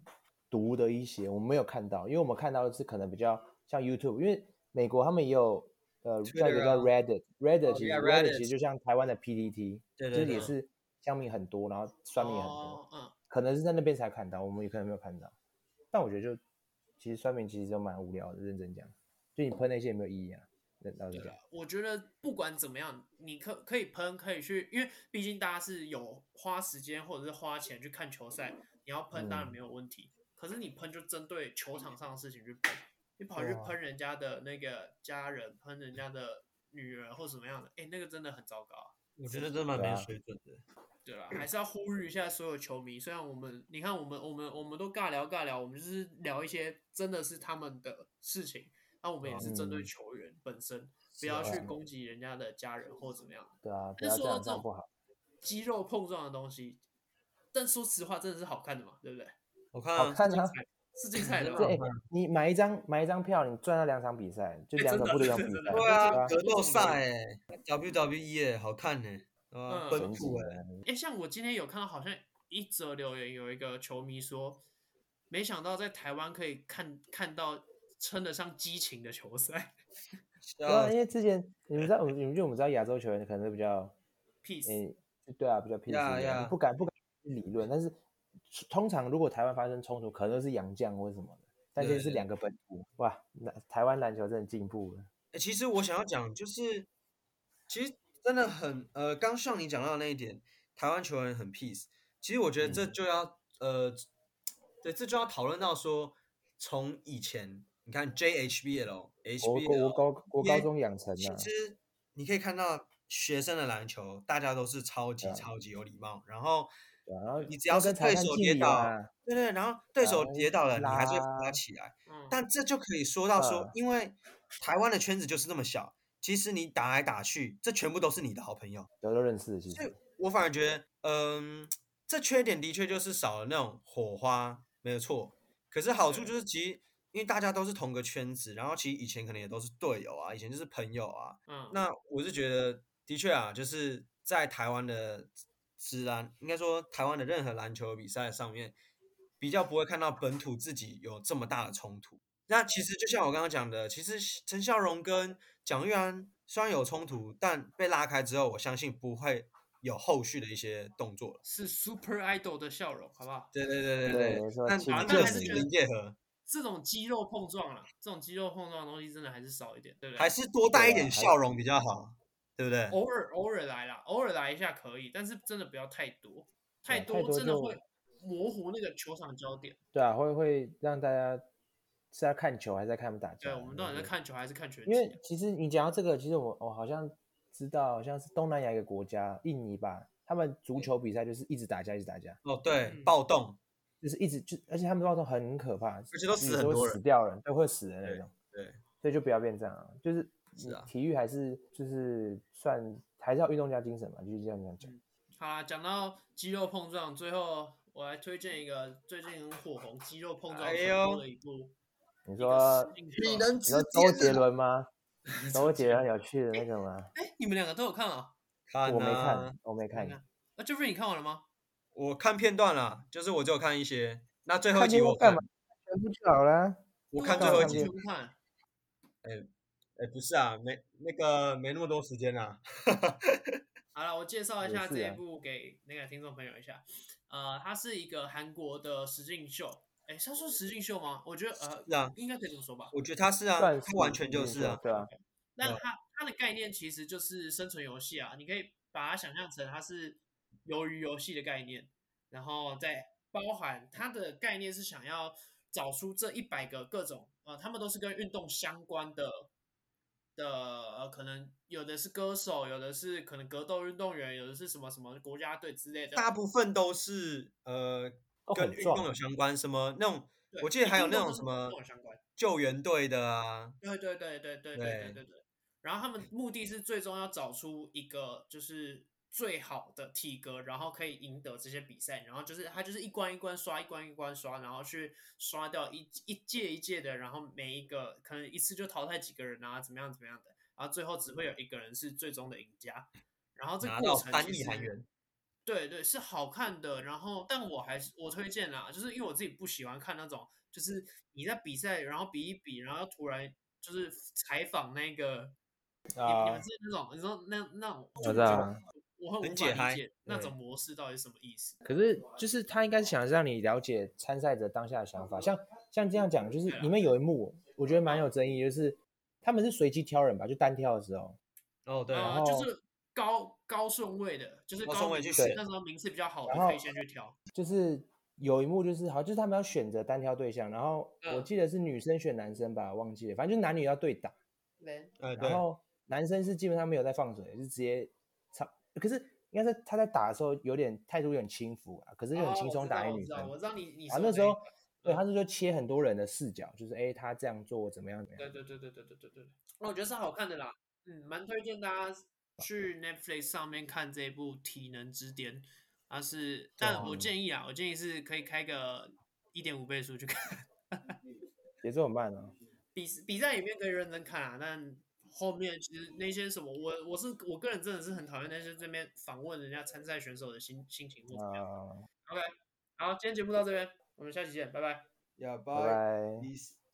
Speaker 2: 毒的一些，我们没有看到，因为我们看到的是可能比较像 YouTube，因为美国他们也有呃叫一个
Speaker 3: Twitter
Speaker 2: 叫
Speaker 3: 啊
Speaker 2: Reddit，Reddit
Speaker 3: 哦
Speaker 2: 其实
Speaker 1: 啊
Speaker 3: yeah，
Speaker 2: Reddit
Speaker 3: Reddit
Speaker 2: 其实就像台湾的 PTT，
Speaker 3: 对
Speaker 2: 就
Speaker 3: 对
Speaker 2: 是也
Speaker 3: 对，
Speaker 2: 是乡民很多，然后酸民也很多，
Speaker 1: 哦，嗯，
Speaker 2: 可能是在那边才看到，我们也可能没有看到。但我觉得就其实酸民其实都蛮无聊的，认真讲，就你喷那些也没有意义啊，认老实
Speaker 1: 对
Speaker 2: 讲
Speaker 1: 啊。，我觉得不管怎么样，你可可以喷，可以去，因为毕竟大家是有花时间或者是花钱去看球赛，你要喷当然
Speaker 2: 嗯
Speaker 1: 没有问题。可是你喷就针对球场上的事情去喷，你跑去
Speaker 2: 对啊
Speaker 1: 喷人家的那个家人，喷人家的女儿或什么样的，哎、那个真的很糟糕啊、
Speaker 3: 我觉得真的蛮
Speaker 2: 对
Speaker 3: 没
Speaker 2: 啊
Speaker 3: 水准的。
Speaker 1: 对吧？还是要呼吁一下所有球迷。虽然我们，你看我们，我们，我们都尬聊尬聊，我们就是聊一些真的是他们的事情。那我们也是针对
Speaker 2: 嗯
Speaker 1: 球员本身，不
Speaker 3: 是
Speaker 1: 要
Speaker 3: 啊
Speaker 1: 去攻击人家的家人或怎么样。
Speaker 2: 对啊，不
Speaker 1: 但
Speaker 2: 要
Speaker 1: 是说
Speaker 2: 这
Speaker 1: 到
Speaker 2: 样
Speaker 1: 这
Speaker 2: 这样不好
Speaker 1: 种。肌肉碰撞的东西，但说实话，真的是好看的嘛，对不对？
Speaker 3: 我看
Speaker 2: 好
Speaker 3: 啊
Speaker 2: 看
Speaker 1: 精
Speaker 2: 啊！
Speaker 1: 彩是竞赛的
Speaker 2: [laughs] 这
Speaker 1: 嘛
Speaker 2: 哎、。
Speaker 3: 嗯
Speaker 2: 你买一张买一张票，你赚了两场比赛，就
Speaker 1: 哎
Speaker 2: 两
Speaker 1: 真
Speaker 2: 场
Speaker 1: 的
Speaker 2: 不一样比
Speaker 1: 真的真
Speaker 2: 赛，
Speaker 1: 的
Speaker 3: 对
Speaker 1: 这
Speaker 3: 啊，
Speaker 1: 个
Speaker 3: 格斗
Speaker 1: 这种人
Speaker 3: 赛哎，WWE 哎，好看呢，啊，
Speaker 1: 嗯
Speaker 3: 奔
Speaker 2: 神奇
Speaker 3: 赴哎，
Speaker 2: 的
Speaker 1: 哎、像我今天有看到，好像一则留言有一个球迷说，没想到在台湾可以看看到称得上激情的球赛 [laughs]
Speaker 3: 是
Speaker 2: 对啊，
Speaker 3: 啊
Speaker 2: 因为之前你们知道，你们就我们知道亚洲球员可能是比较，
Speaker 1: ，peace。
Speaker 2: 诶、对啊，比较偏
Speaker 3: 呀
Speaker 2: 激一点
Speaker 3: 呀
Speaker 2: 不敢不敢理论，但是通常如果台湾发生冲突，可能都是洋将或者什么的，但这
Speaker 3: 对
Speaker 2: 是两个本土，哇，那台湾篮球真的进步了，
Speaker 3: 欸，其实我想要讲，就是其实真的很呃，刚像你讲到的那一点，台湾球员很 peace。其实我觉得这
Speaker 2: 嗯
Speaker 3: 就要、呃，对，这就要讨论到说，从以前你看 JHBL、
Speaker 2: 国国
Speaker 3: HBL，
Speaker 2: 高啊国高中养成的、
Speaker 3: 哦其实你可以看到学生的篮球，大家都是超级超级有礼貌，然后
Speaker 2: 啊对啊，然后
Speaker 3: 你只要是
Speaker 2: 跟裁
Speaker 3: 对
Speaker 2: 判
Speaker 3: 手
Speaker 2: 敬
Speaker 3: 跌
Speaker 2: 礼啊
Speaker 3: 倒，
Speaker 2: 嘛，
Speaker 3: 对对，然后对手
Speaker 2: 然后
Speaker 3: 跌倒了，你还是会扶
Speaker 2: 拉
Speaker 3: 他起来。
Speaker 1: 嗯，
Speaker 3: 但这就可以说到说
Speaker 2: 嗯，
Speaker 3: 因为台湾的圈子就是那么小，其实你打来打去，这全部都是你的好朋友。
Speaker 2: 都都认识，其
Speaker 3: 所以
Speaker 2: 实
Speaker 3: 我反而觉得，嗯、这缺点的确就是少了那种火花，没有错。可是好处就是，其实因为大家都是同个圈子，然后其实以前可能也都是队友啊，以前就是朋友啊。
Speaker 1: 嗯，
Speaker 3: 那我是觉得，的确啊，就是在台湾的职篮，应该说台湾的任何篮球比赛上面，比较不会看到本土自己有这么大的冲突。那其实就像我刚刚讲的，其实陈孝荣跟蒋玉安虽然有冲突，但被拉开之后，我相信不会有后续的一些动作了。
Speaker 1: 是 Super Idol 的笑容，好不好？
Speaker 3: 对对
Speaker 2: 对
Speaker 3: 对对
Speaker 2: 没错
Speaker 3: 但
Speaker 2: 其实
Speaker 3: 但
Speaker 1: 这
Speaker 3: 这
Speaker 1: 还
Speaker 3: 是
Speaker 1: 是觉得
Speaker 3: 临界和，
Speaker 1: 这种肌肉碰撞啊，这种肌肉碰撞的东西真的还是少一点，对不对？
Speaker 3: 还是多带
Speaker 2: 对
Speaker 3: 一
Speaker 2: 啊还
Speaker 3: 点
Speaker 2: 哦是
Speaker 3: 笑容比较好，对不对？
Speaker 1: 偶尔偶尔来啦，偶尔来一下可以，但是真的不要太多，太
Speaker 2: 对太多
Speaker 1: 真的
Speaker 2: 就
Speaker 1: 会模糊那个球场焦点。
Speaker 2: 对啊，会会让大家是在看球还是在看他们打架？
Speaker 1: 对，我们到底在
Speaker 2: 对
Speaker 1: 看球还是看拳击
Speaker 2: 因
Speaker 1: 啊？
Speaker 2: 为其实你讲到这个，其实我我好像知道，好像是东南亚一个国家，印尼吧，他们
Speaker 3: 嗯
Speaker 2: 足球比赛就是一直打架，一直打架，
Speaker 3: 哦，对，
Speaker 1: 嗯
Speaker 3: 暴动，
Speaker 2: 就是一直就，而且他们暴动很可怕，而
Speaker 3: 且都死很多人
Speaker 2: 死掉嗯人，都会死的那种，
Speaker 3: 对，
Speaker 2: 所以就不要变这样啊，就是
Speaker 3: 是啊
Speaker 2: 体育还是就是算还是要运动家精神嘛，就是这样这样讲。
Speaker 1: 好啦，讲到肌肉碰撞，最后我来推荐一个最近很火红肌肉碰撞
Speaker 3: 哎
Speaker 1: 很
Speaker 3: 呦
Speaker 1: 多的一部。
Speaker 2: 你
Speaker 1: 一个
Speaker 2: 说
Speaker 1: 实境
Speaker 3: 你
Speaker 1: 秀
Speaker 3: 能
Speaker 2: 你
Speaker 3: 直
Speaker 2: 说周杰
Speaker 3: 接的
Speaker 2: 伦吗？
Speaker 3: [laughs]
Speaker 2: 周杰伦有去的那个吗？
Speaker 1: 哎，你们两个都有看啊？
Speaker 3: 看
Speaker 2: 我没
Speaker 3: 啊
Speaker 2: 看，我没看
Speaker 1: 没。那 j e f f 你看完了吗？
Speaker 3: 我看片段啦，就是我只有看一些。那最后一
Speaker 2: 看
Speaker 3: 集
Speaker 2: 节目
Speaker 3: 我
Speaker 2: 干
Speaker 3: 看
Speaker 2: 嘛，？全部就好啦。
Speaker 3: 我
Speaker 1: 对
Speaker 3: 看
Speaker 1: 啊
Speaker 3: 最
Speaker 2: 干
Speaker 3: 后
Speaker 2: 嘛
Speaker 3: 一
Speaker 2: 看
Speaker 3: 集
Speaker 1: 全
Speaker 2: 片。
Speaker 1: 部看。
Speaker 3: 哎，不是啊，没那个没那么多时间啊。
Speaker 1: 好了，我介绍一
Speaker 2: 也
Speaker 1: 下
Speaker 2: 是
Speaker 1: 这一
Speaker 2: 啊
Speaker 1: 部给那个听众朋友一下。呃，它是一个韩国的实境秀。哎，它是实境秀吗？我觉得呃，
Speaker 3: 是啊，
Speaker 1: 应该可以这么说吧。
Speaker 3: 我觉得他是啊，
Speaker 2: 算
Speaker 3: 他完全就是啊。
Speaker 2: 对啊，
Speaker 1: 那它它的概念其实就是生存游戏啊，你可以把它想象成它是鱿鱼游戏的概念，然后再包含它的概念是想要找出这一百个各种呃，他们都是跟运动相关的的呃，可能有的是歌手，有的是可能格斗运动员，有的是什么什么国家队之类的，
Speaker 3: 大部分都是呃
Speaker 2: 都
Speaker 3: 跟
Speaker 2: 很
Speaker 3: 运
Speaker 2: 壮
Speaker 3: 动有相关，什么那种
Speaker 1: 对
Speaker 3: 我记得
Speaker 1: 一
Speaker 3: 还有
Speaker 1: 定
Speaker 3: 那
Speaker 1: 都
Speaker 3: 种
Speaker 1: 是
Speaker 3: 什
Speaker 1: 跟
Speaker 3: 么
Speaker 1: 运动有相关。
Speaker 3: 救援队的啊，
Speaker 1: 对对对对对对对
Speaker 3: 对
Speaker 1: 对对。然后他们目的是最终要找出一个就是最好的体格，然后可以赢得这些比赛。然后就是他就是一关一关刷，一关一关刷，然后去刷掉一一届一届的，然后每一个可能一次就淘汰几个人啊，怎么样怎么样的。然后最后只会有一个人是最终的赢家。然后哦这
Speaker 3: 嗯拿
Speaker 1: 过
Speaker 3: 到
Speaker 1: 程
Speaker 3: 三
Speaker 1: 其
Speaker 3: 亿
Speaker 1: 实
Speaker 3: 韩元。
Speaker 1: 对对，是好看的。然后，但我还是我推荐啦，就是因为我自己不喜欢看那种，就是你在比赛，然后比一比，然后突然就是采访那个，你你
Speaker 2: 啊
Speaker 1: 们是那种，你说那那种，
Speaker 2: 我
Speaker 1: 就
Speaker 2: 知道啊
Speaker 1: 我会
Speaker 3: 很
Speaker 1: 无
Speaker 3: 解
Speaker 1: 法
Speaker 3: 嗨
Speaker 1: 理解那
Speaker 3: 对
Speaker 1: 种模式到底是什么意思。
Speaker 2: 可是就是他应该是想让你了解参赛者当下的想法，像像这样讲，就是里面有一幕我觉得蛮有争议，就是他们是随机挑人吧，就单挑的时候，
Speaker 3: 哦，对，
Speaker 1: 呃，
Speaker 2: 然
Speaker 1: 就
Speaker 2: 后
Speaker 1: 是高高顺位的，就是
Speaker 3: 高
Speaker 1: 高
Speaker 3: 顺位
Speaker 1: 名
Speaker 3: 去
Speaker 1: 次
Speaker 3: 选
Speaker 1: 那时候名次比较好的
Speaker 2: 然
Speaker 1: 可以
Speaker 2: 后
Speaker 1: 先去挑。
Speaker 2: 就是有一幕就是好，就是他们要选择单挑对象，然后
Speaker 1: 嗯
Speaker 2: 我记得是女生选男生吧，忘记了，反正就是男女要对打，
Speaker 1: 对，
Speaker 3: 呃，对
Speaker 2: 然，后男生是基本上没有在放水，是直接操，可是应该是他在打的时候有点态度有点轻浮啊，可是又很
Speaker 1: 哦
Speaker 2: 轻
Speaker 1: 我
Speaker 2: 松
Speaker 1: 知
Speaker 2: 打
Speaker 1: 道
Speaker 2: 赢
Speaker 1: 我
Speaker 2: 女
Speaker 1: 知
Speaker 2: 生
Speaker 1: 道，。我知道你你
Speaker 2: 啊，
Speaker 1: 说
Speaker 2: 那
Speaker 1: 的
Speaker 2: 时
Speaker 1: 一
Speaker 2: 候
Speaker 1: 个
Speaker 2: 对，他是说切很多人的视角，就是哎，诶他这样做怎么样怎么
Speaker 1: 对
Speaker 2: 样。
Speaker 1: 对对对对对对对，那我觉得是好看的啦，嗯，蛮推荐大家去 Netflix 上面看这一部《体能之巅》，它是，但我
Speaker 2: 嗯
Speaker 1: 建议啊，我建议是可以开个一点五倍速去看，
Speaker 2: 节奏很慢啊，
Speaker 1: 比比赛里面可以认真看啊，但后面其实那些什么，我我是我个人真的是很讨厌那些这边访问人家参赛选手的心心情或怎么样。
Speaker 2: 啊，
Speaker 1: OK，好，今天节目到这边，我们下期见，拜拜。
Speaker 3: 哑
Speaker 2: 拜
Speaker 3: 巴
Speaker 2: 拜。
Speaker 3: ，peace